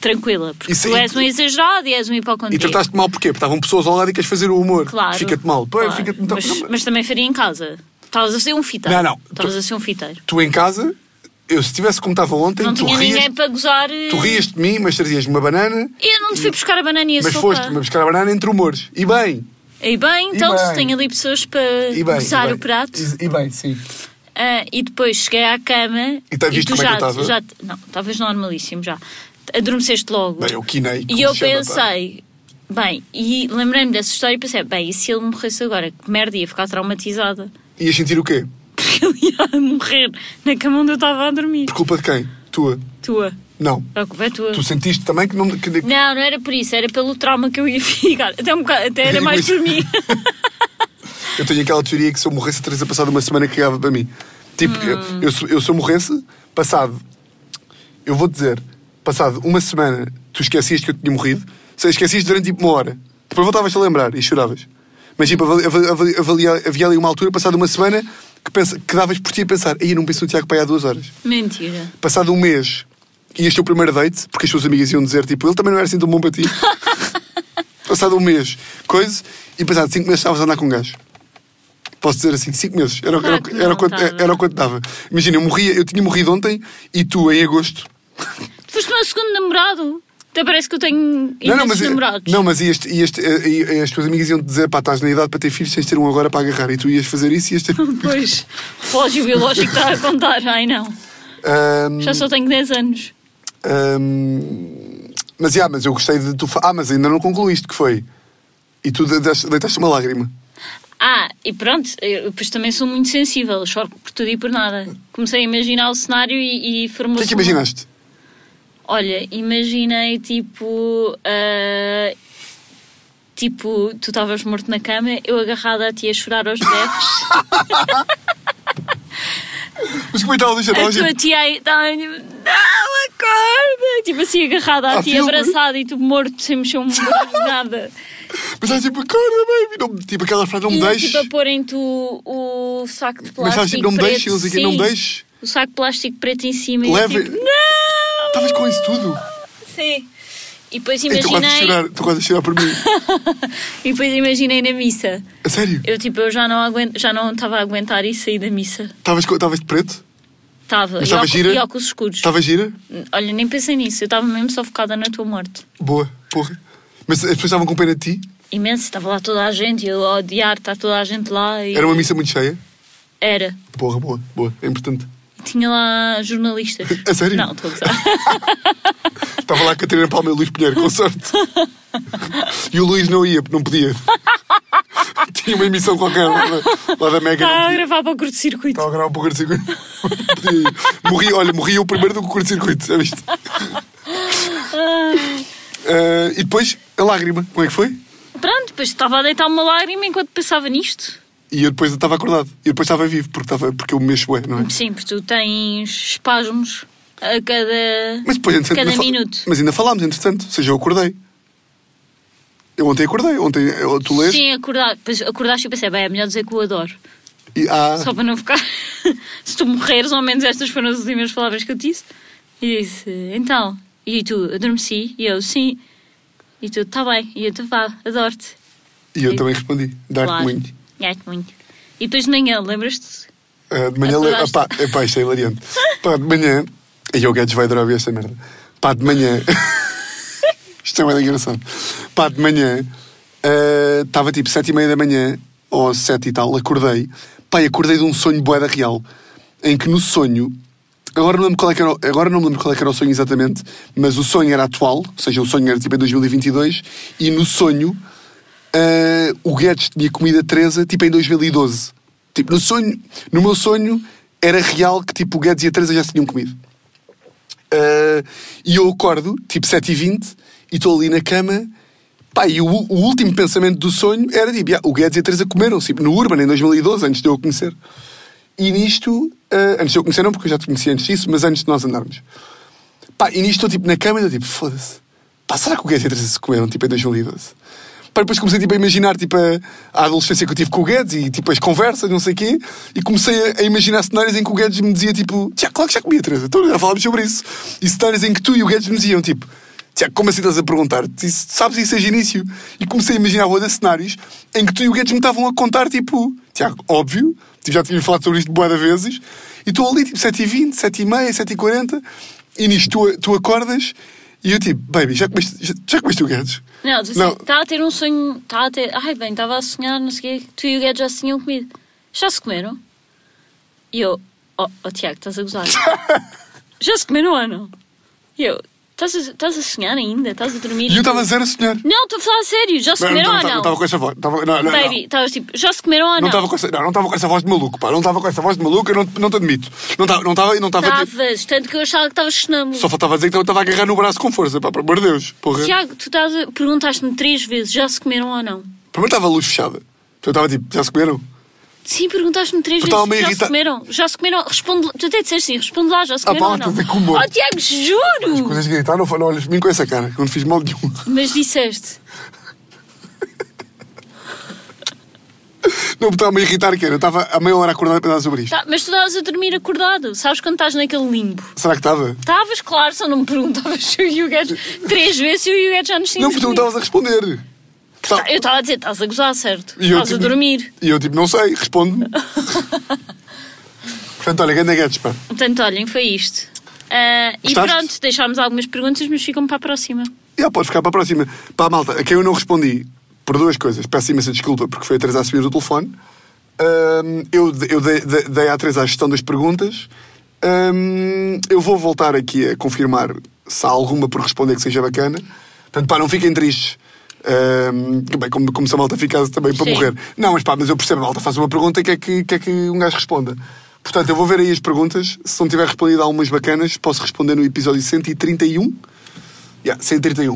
B: Tranquila, porque
C: Isso-
B: tu
C: e-
B: és um exagerado e és um
C: E
B: hipocondríaco.
C: trataste-te mal porquê? Porque estavam pessoas ao lado e queres fazer o humor.
B: Claro.
C: Fica-te mal. Pois,
B: claro.
C: fica-te muito-
B: mas, mas também faria em casa. Estavas a ser um fiteiro.
C: Não, não.
B: Estavas
C: Tu-
B: a ser um fiteiro.
C: Tu em casa, eu se tivesse como estava ontem,
B: Não
C: tu,
B: tinha
C: rias,
B: ninguém para gozar. eh,
C: tu rias de mim, mas trazias-me uma banana,
B: Eu não te fui buscar a banana e a
C: mas
B: sopa.
C: foste-me a buscar a banana entre humores. E bem.
B: E bem, então,
C: bem.
B: se tem ali pessoas para
C: E bem.
B: gozar
C: e bem.
B: o prato.
C: E, e bem, sim.
B: Ah, e depois cheguei à cama.
C: E tá- viste
B: tu
C: como é
B: já,
C: que eu tava?
B: já. Não, estavas normalíssimo já. Adormeceste logo.
C: Bem, eu quinei. como
B: E eu
C: se chama, pá.
B: pensei, bem, e lembrei-me dessa história e pensei, bem, e se ele morresse agora? Que merda, ia ficar traumatizada.
C: Ias sentir o quê?
B: Porque ele ia morrer na cama onde eu estava a dormir.
C: Por culpa de quem? Tua.
B: Tua.
C: Não.
B: A culpa é tua.
C: Tu sentiste também que não. que-
B: Não, não era por isso, era pelo trauma que eu ia ficar. Até, um bocado, até era mais por mim.
C: Eu tenho aquela teoria que se eu morresse, a Teresa passado uma semana cagava para mim. Tipo, eu, eu, se- eu se eu morresse, passado. Eu vou dizer, passado uma semana, tu esquecias que eu tinha morrido, se esquecias durante tipo uma hora. Depois voltavas a lembrar e choravas. Mas tipo, avali, avali, avali- havia ali uma altura, passado uma semana, que, pensa, que davas por ti a pensar, aí não penso no Tiago Pai há duas horas.
B: Mentira.
C: Passado um mês, ias ter o primeiro date, porque as tuas amigas iam dizer, tipo, ele também não era assim tão bom para ti. passado um mês, coisa, e passado cinco meses estavas a andar com um gajo. Posso dizer assim, cinco meses, era, o- era, o-
B: Claro que
C: era, o
B: não
C: quanto,
B: estava.
C: era o quanto dava. Imagina, eu, morria, eu tinha morrido ontem e tu em agosto.
B: Tu foste o meu segundo namorado. Até parece que eu tenho imensos
C: mas, é-
B: namorados.
C: não, mas ias- ias- eh, eh, as tuas amigas iam te dizer, pá, estás na idade para ter filhos, tens de ter um agora para agarrar. E tu ias fazer isso e ias ter.
B: Pois, o relógio biológico está a contar. Ai não,
C: Ahm,
B: já só tenho 10 anos.
C: Hum, mas, yeah, mas eu gostei de tu. fa- Ah, mas ainda não concluíste que foi. E tu de- de- deitaste uma lágrima.
B: Ah, e pronto, eu depois também sou muito sensível, choro por tudo e por nada. Comecei a imaginar o cenário e, e
C: O
B: formou-se.
C: que é que
B: uma-
C: imaginaste?
B: Olha, imaginei tipo. ah, tipo, tu estavas morto na cama, eu agarrada a ti a chorar aos berros.
C: Mas como é que estava a dizer?
B: a
C: Estava
B: tua
C: tipo,
B: tia estava tipo, não, acorda! Tipo assim, agarrada a
C: Ah,
B: ti,
C: filme.
B: abraçada e tu morto, sem mexer um nada.
C: mas estás tipo, acorda, baby. Não, me- tipo aquela frase, não me
B: e
C: deixes.
B: tipo a porem-te o, o saco de plástico.
C: Mas sabes, tipo, não me
B: preto,
C: deixes, não sei o quê, não me
B: sim.
C: deixes.
B: O saco de plástico preto em cima e
C: Leve-
B: eu tipo, não!
C: Estavas com isso tudo.
B: Sim. E depois
C: E tu quase a
B: imaginei.
C: Então chorar, estou quase a chorar por mim.
B: E depois imaginei na missa.
C: A sério?
B: Eu tipo, eu já não aguento, já não estava a aguentar e saí da missa.
C: Estavas com- estavas de preto?
B: Estava. E,
C: Mas estava
B: óculos-
C: gira?
B: e óculos escuros.
C: Estavas gira?
B: Olha, nem pensei nisso. Eu estava mesmo só focada na tua morte.
C: Boa, porra. Mas as pessoas estavam com pena de ti?
B: imenso, estava lá toda a gente, e eu a odiar, está toda a gente lá. E
C: Era uma missa muito cheia?
B: Era.
C: Porra, boa, boa, é importante.
B: Tinha lá jornalistas.
C: A sério?
B: Não, estou a gozar.
C: Estava lá a Catarina Palma e o Luís Pinheiro, com sorte. E o Luís não ia, porque não podia. Tinha uma emissão qualquer lá, da- lá da Mega.
B: Estava a
C: não podia.
B: gravar para Ah, o curto-circuito.
C: Estava a gravar um pouco de circuito. Não podia ir. Morri, olha, morri eu primeiro do que o curto-circuito, já viste? Ah, e depois, a lágrima, como é que foi?
B: Pronto, depois estava a deitar uma lágrima enquanto pensava nisto.
C: E eu depois estava acordado. E eu depois estava vivo, porque, estava, porque eu mexo é, não é?
B: Sim, porque tu tens espasmos a cada.
C: Mas depois, entretanto,
B: Cada
C: ainda fa-
B: minuto.
C: Mas ainda falámos, entretanto. Ou seja, eu acordei. Eu ontem acordei. Ontem eu- tu lês
B: Sim, acordar. Depois acordaste e pensei, bem, é melhor dizer que o adoro.
C: e ah,
B: Só para não ficar. Se tu morreres, ao menos estas foram as últimas palavras que eu disse. E disse, então. E tu, adormeci. E eu, sim. E tu, tá bem. E eu, tu, vá, adoro-te.
C: e eu também respondi. Dar-te muito.
B: Dar-te muito. E depois de manhã, lembras-te?
C: Ah, de manhã... le- Ah, pá,
B: Acordaste.
C: epá, isto é hilariante. Pá, de manhã... E o Guedes vai adorar ouvir esta merda. Pá, de manhã... isto é muito engraçado. Pá, de manhã... ah, Estava tipo sete e meia da manhã, ou sete e tal, acordei. Pá, e acordei de um sonho boeda real. Em que no sonho... Agora não, me lembro qual é que era, o- agora não me lembro qual é que era o sonho exatamente, mas o sonho era atual, ou seja, o sonho era tipo em 2022, e no sonho ah, o Guedes tinha comido a Teresa tipo em 2012. Tipo, no sonho, no meu sonho, era real que tipo o Guedes e a Teresa já se tinham comido. Ah, e eu acordo, tipo 7h20, e estou ali na cama. Pá, e o, o último pensamento do sonho era tipo, "Ya, o Guedes e a Teresa comeram-se tipo, no Urban em 2012, antes de eu o conhecer. E nisto, ah, antes de eu conhecer, não, porque eu já te conhecia antes disso, mas antes de nós andarmos. Pá, e nisto estou tipo na cama e estou tipo, foda-se. Pá, será que o Guedes e a Teresa se comeram tipo em 2012? Pá, depois comecei tipo, a imaginar tipo, a, a adolescência que eu tive com o Guedes e tipo, as conversas, não sei o quê, e comecei a, a imaginar cenários em que o Guedes me dizia tipo, Tiago, claro que já comia, Teresa, então já falámos sobre isso. E cenários em que tu e o Guedes me diziam tipo, Tiago, como assim estás a perguntar? Isso- Sabes isso desde o início? E comecei a imaginar roda de cenários em que tu e o Guedes me estavam a contar tipo, Tiago, óbvio, tipo, já tinha falado sobre isto boa vezes, e estou ali tipo 7h20, 7h30, 7h40, e nisto tu, tu acordas e eu tipo, baby, já comeste, já, já comeste o Guedes?
B: Não, tu assim, estava a ter um sonho. Estava a ter. Ai bem, estava a sonhar, não sei o quê. Tu e o Guedes já se tinham comido. Já se comeram? E eu, oh, oh Tiago, estás a gozar. já se comeram ou não? E eu, estás a, estás a sonhar ainda? Estás a dormir?
C: E eu estava zero a sonhar.
B: Não, estou a falar a sério, já se
C: Não,
B: comeram
C: não,
B: ou não?
C: estava com essa voz. Tava, não, não,
B: Baby, estavas tipo, já se comeram ou
C: não. Não
B: não?
C: estava com, essa- não, não tava com essa voz de maluco, pá. Não estava com essa voz de maluco, eu não, não te admito. Não estava, não estava, não estava. tipo,
B: Estavas, tanto que eu achava que estavas sonâmbulo.
C: Só faltava dizer que eu estava a agarrar no braço com força, pá, pelo amor de Deus. Porra.
B: Tiago, tu estás a- perguntaste-me três vezes, já se comeram ou não?
C: Primeiro estava é a luz fechada. Então eu estava tipo, já se comeram?
B: Sim, perguntaste-me três
C: Porque estava
B: vezes.
C: meio
B: Já
C: irrita-
B: se comeram? Já se comeram? Responde, tu até disseste sim, responde lá, já se
C: Ah,
B: comeram
C: pá,
B: ou não?
C: estás a com humor.
B: Oh, Tiago, juro!
C: Coisas de gritar, não, fa- não olhas para mim com essa cara, que eu não fiz mal nenhum.
B: Mas disseste,
C: Não, estava-me a irritar que era. Eu estava a meia hora acordado a pensar sobre isto.
B: tá, mas tu estavas a dormir acordado, sabes quando estás naquele limbo?
C: Será que estava?
B: Estavas, claro, só não me perguntavas se eu e o Guedes três vezes se eu e o Guedes já nos
C: Não,
B: tínhamos
C: porque tu não
B: comido.
C: estavas a responder. Tá-
B: Eu estava a dizer, estás a gozar, certo?
C: E eu,
B: Estás a
C: tipo,
B: dormir.
C: E eu tipo, não sei, responde-me. Portanto, olha, ganda Guedes, pá.
B: Portanto, olhem, foi isto. Ah, e
C: Gostaste?
B: pronto, deixámos algumas perguntas, mas ficam para a próxima.
C: Já, ah, pode ficar para a próxima. Pá, malta, a quem eu não respondi, por duas coisas, peço imensa desculpa porque foi a Teresa a subir o telefone. Ahm, eu de- eu dei, dei- dei à Teresa a gestão das perguntas. Ahm, eu vou voltar aqui a confirmar se há alguma por responder que seja bacana. Portanto, pá, não fiquem tristes. Ahm, que bem, como, como se a malta ficasse também para
B: Sim.
C: morrer. Não, mas pá, mas eu percebo, a malta faz uma pergunta e quer que, quer que um gajo responda. Portanto, eu vou ver aí as perguntas. Se não tiver respondido a algumas bacanas, posso responder no episódio 131. Yeah, 131.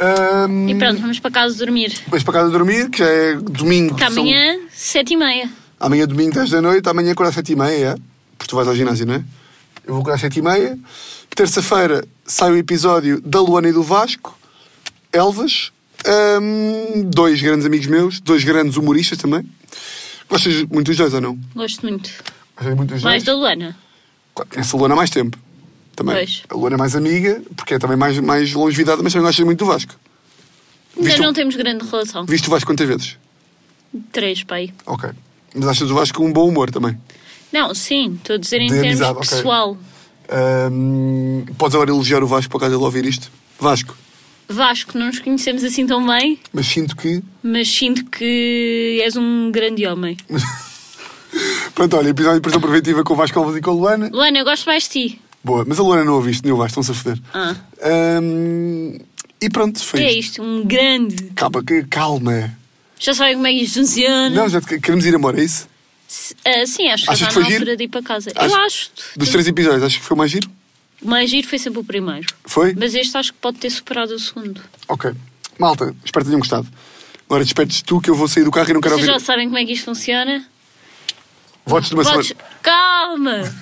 C: Ahm,
B: E pronto, vamos para casa dormir.
C: Depois para casa dormir, que já é domingo.
B: Até
C: são-
B: amanhã, sete e meia.
C: Amanhã é domingo, 10 da noite, amanhã acordo às 7 e meia, porque tu vais ao ginásio, não é? Eu vou acordar às 7 e meia. Terça-feira sai o episódio da Luana e do Vasco, Elvas, Ahm, dois grandes amigos meus, dois grandes humoristas também. Gostas muito dos dois ou não?
B: Gosto muito.
C: Gostas muito dos
B: Mais
C: dois?
B: da Luana.
C: Claro, Conheço a Luana há mais tempo. Também.
B: Pois.
C: A Luana é mais amiga, porque é também mais, mais longevidade, mas também gostas muito do Vasco.
B: Ainda
C: Viste o-
B: não temos grande relação.
C: Viste o Vasco quantas vezes?
B: Três, pai.
C: Ok. Mas achas o Vasco um bom humor também?
B: Não, sim, estou a dizer em
C: De
B: termos
C: amizade, ok.
B: pessoal.
C: Ahm, podes agora elogiar o Vasco para caso ele ouvir isto? Vasco,
B: Vasco, não nos conhecemos assim tão bem,
C: Mas sinto que.
B: mas sinto que és um grande homem.
C: Pronto, olha, episódio de prisão preventiva com o Vasco Alves e com a Luana.
B: Luana, eu gosto mais de ti.
C: Boa, mas a Luana não ouve isto, nem o Vasco, estão-se a foder.
B: Ah.
C: Ahm, e pronto,
B: O
C: foi
B: que é
C: isto.
B: isto? Um grande.
C: Calma, que- calma.
B: Já sabem como é que isto funciona?
C: Não, já te- queremos ir embora, é isso?
B: Se- ah, sim, acho que
C: Achas
B: já
C: que
B: está
C: foi
B: na
C: giro?
B: altura de ir para casa.
C: Acho-
B: Eu acho.
C: Dos três episódios, acho que foi o mais giro?
B: O mais giro foi sempre o primeiro.
C: Foi?
B: Mas este acho que pode ter superado o segundo.
C: Ok. Malta, espero que tenham gostado. Agora despedes tu que eu vou sair do carro e não quero
B: Vocês já
C: ouvir
B: sabem como é que isto funciona?
C: votos de uma
B: Votos...
C: semana.
B: Calma!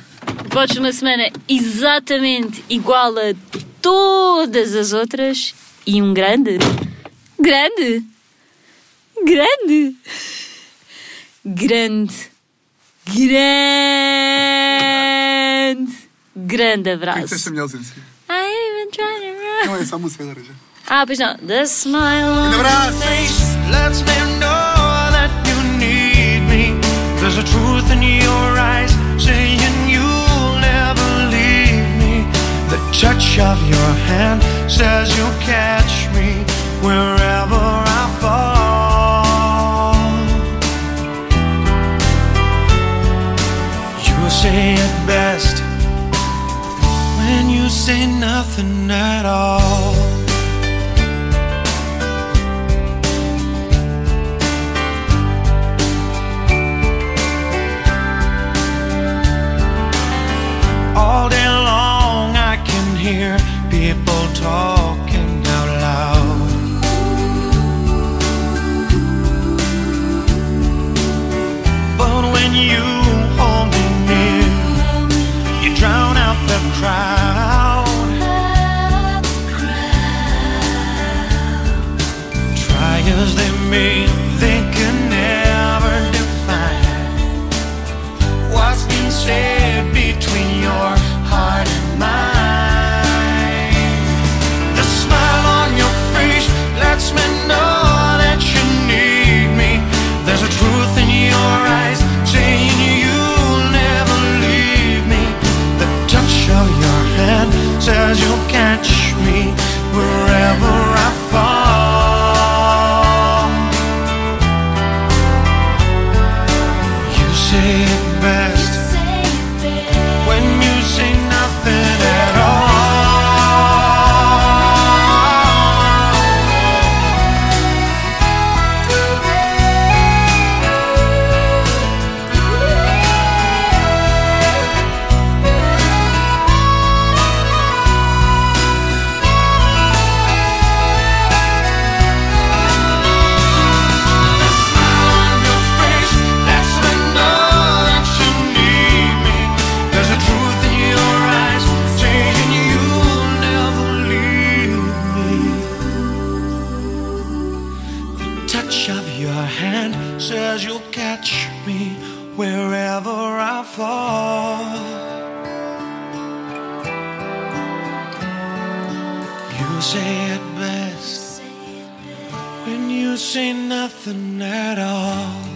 B: Votos de uma semana exatamente igual a todas as outras e um grande. Grande! Grande! Grande! Grande!
C: é
B: Grande abraço! I even tried to run.
C: Não é essa a música agora já.
B: Ah, pois não. The smile on
C: Grande abraço!
B: your face.
D: lets me know that you need me. There's a truth in your eyes saying you'll never leave me. The touch of your hand says you'll catch me wherever I fall. You say it best when you say nothing at all. All day long I can hear people talking out loud. But when you hold me near, you drown out the crowd. Try as they may, they can never define what's been said between your heart and mine. The smile on your face lets me know that you need me. There's a truth in your eyes saying you'll never leave me. The touch of your hand says you'll catch me wherever I fall. You say it best when you say nothing at all. You'll catch me wherever I fall. You say it best when you say nothing at all.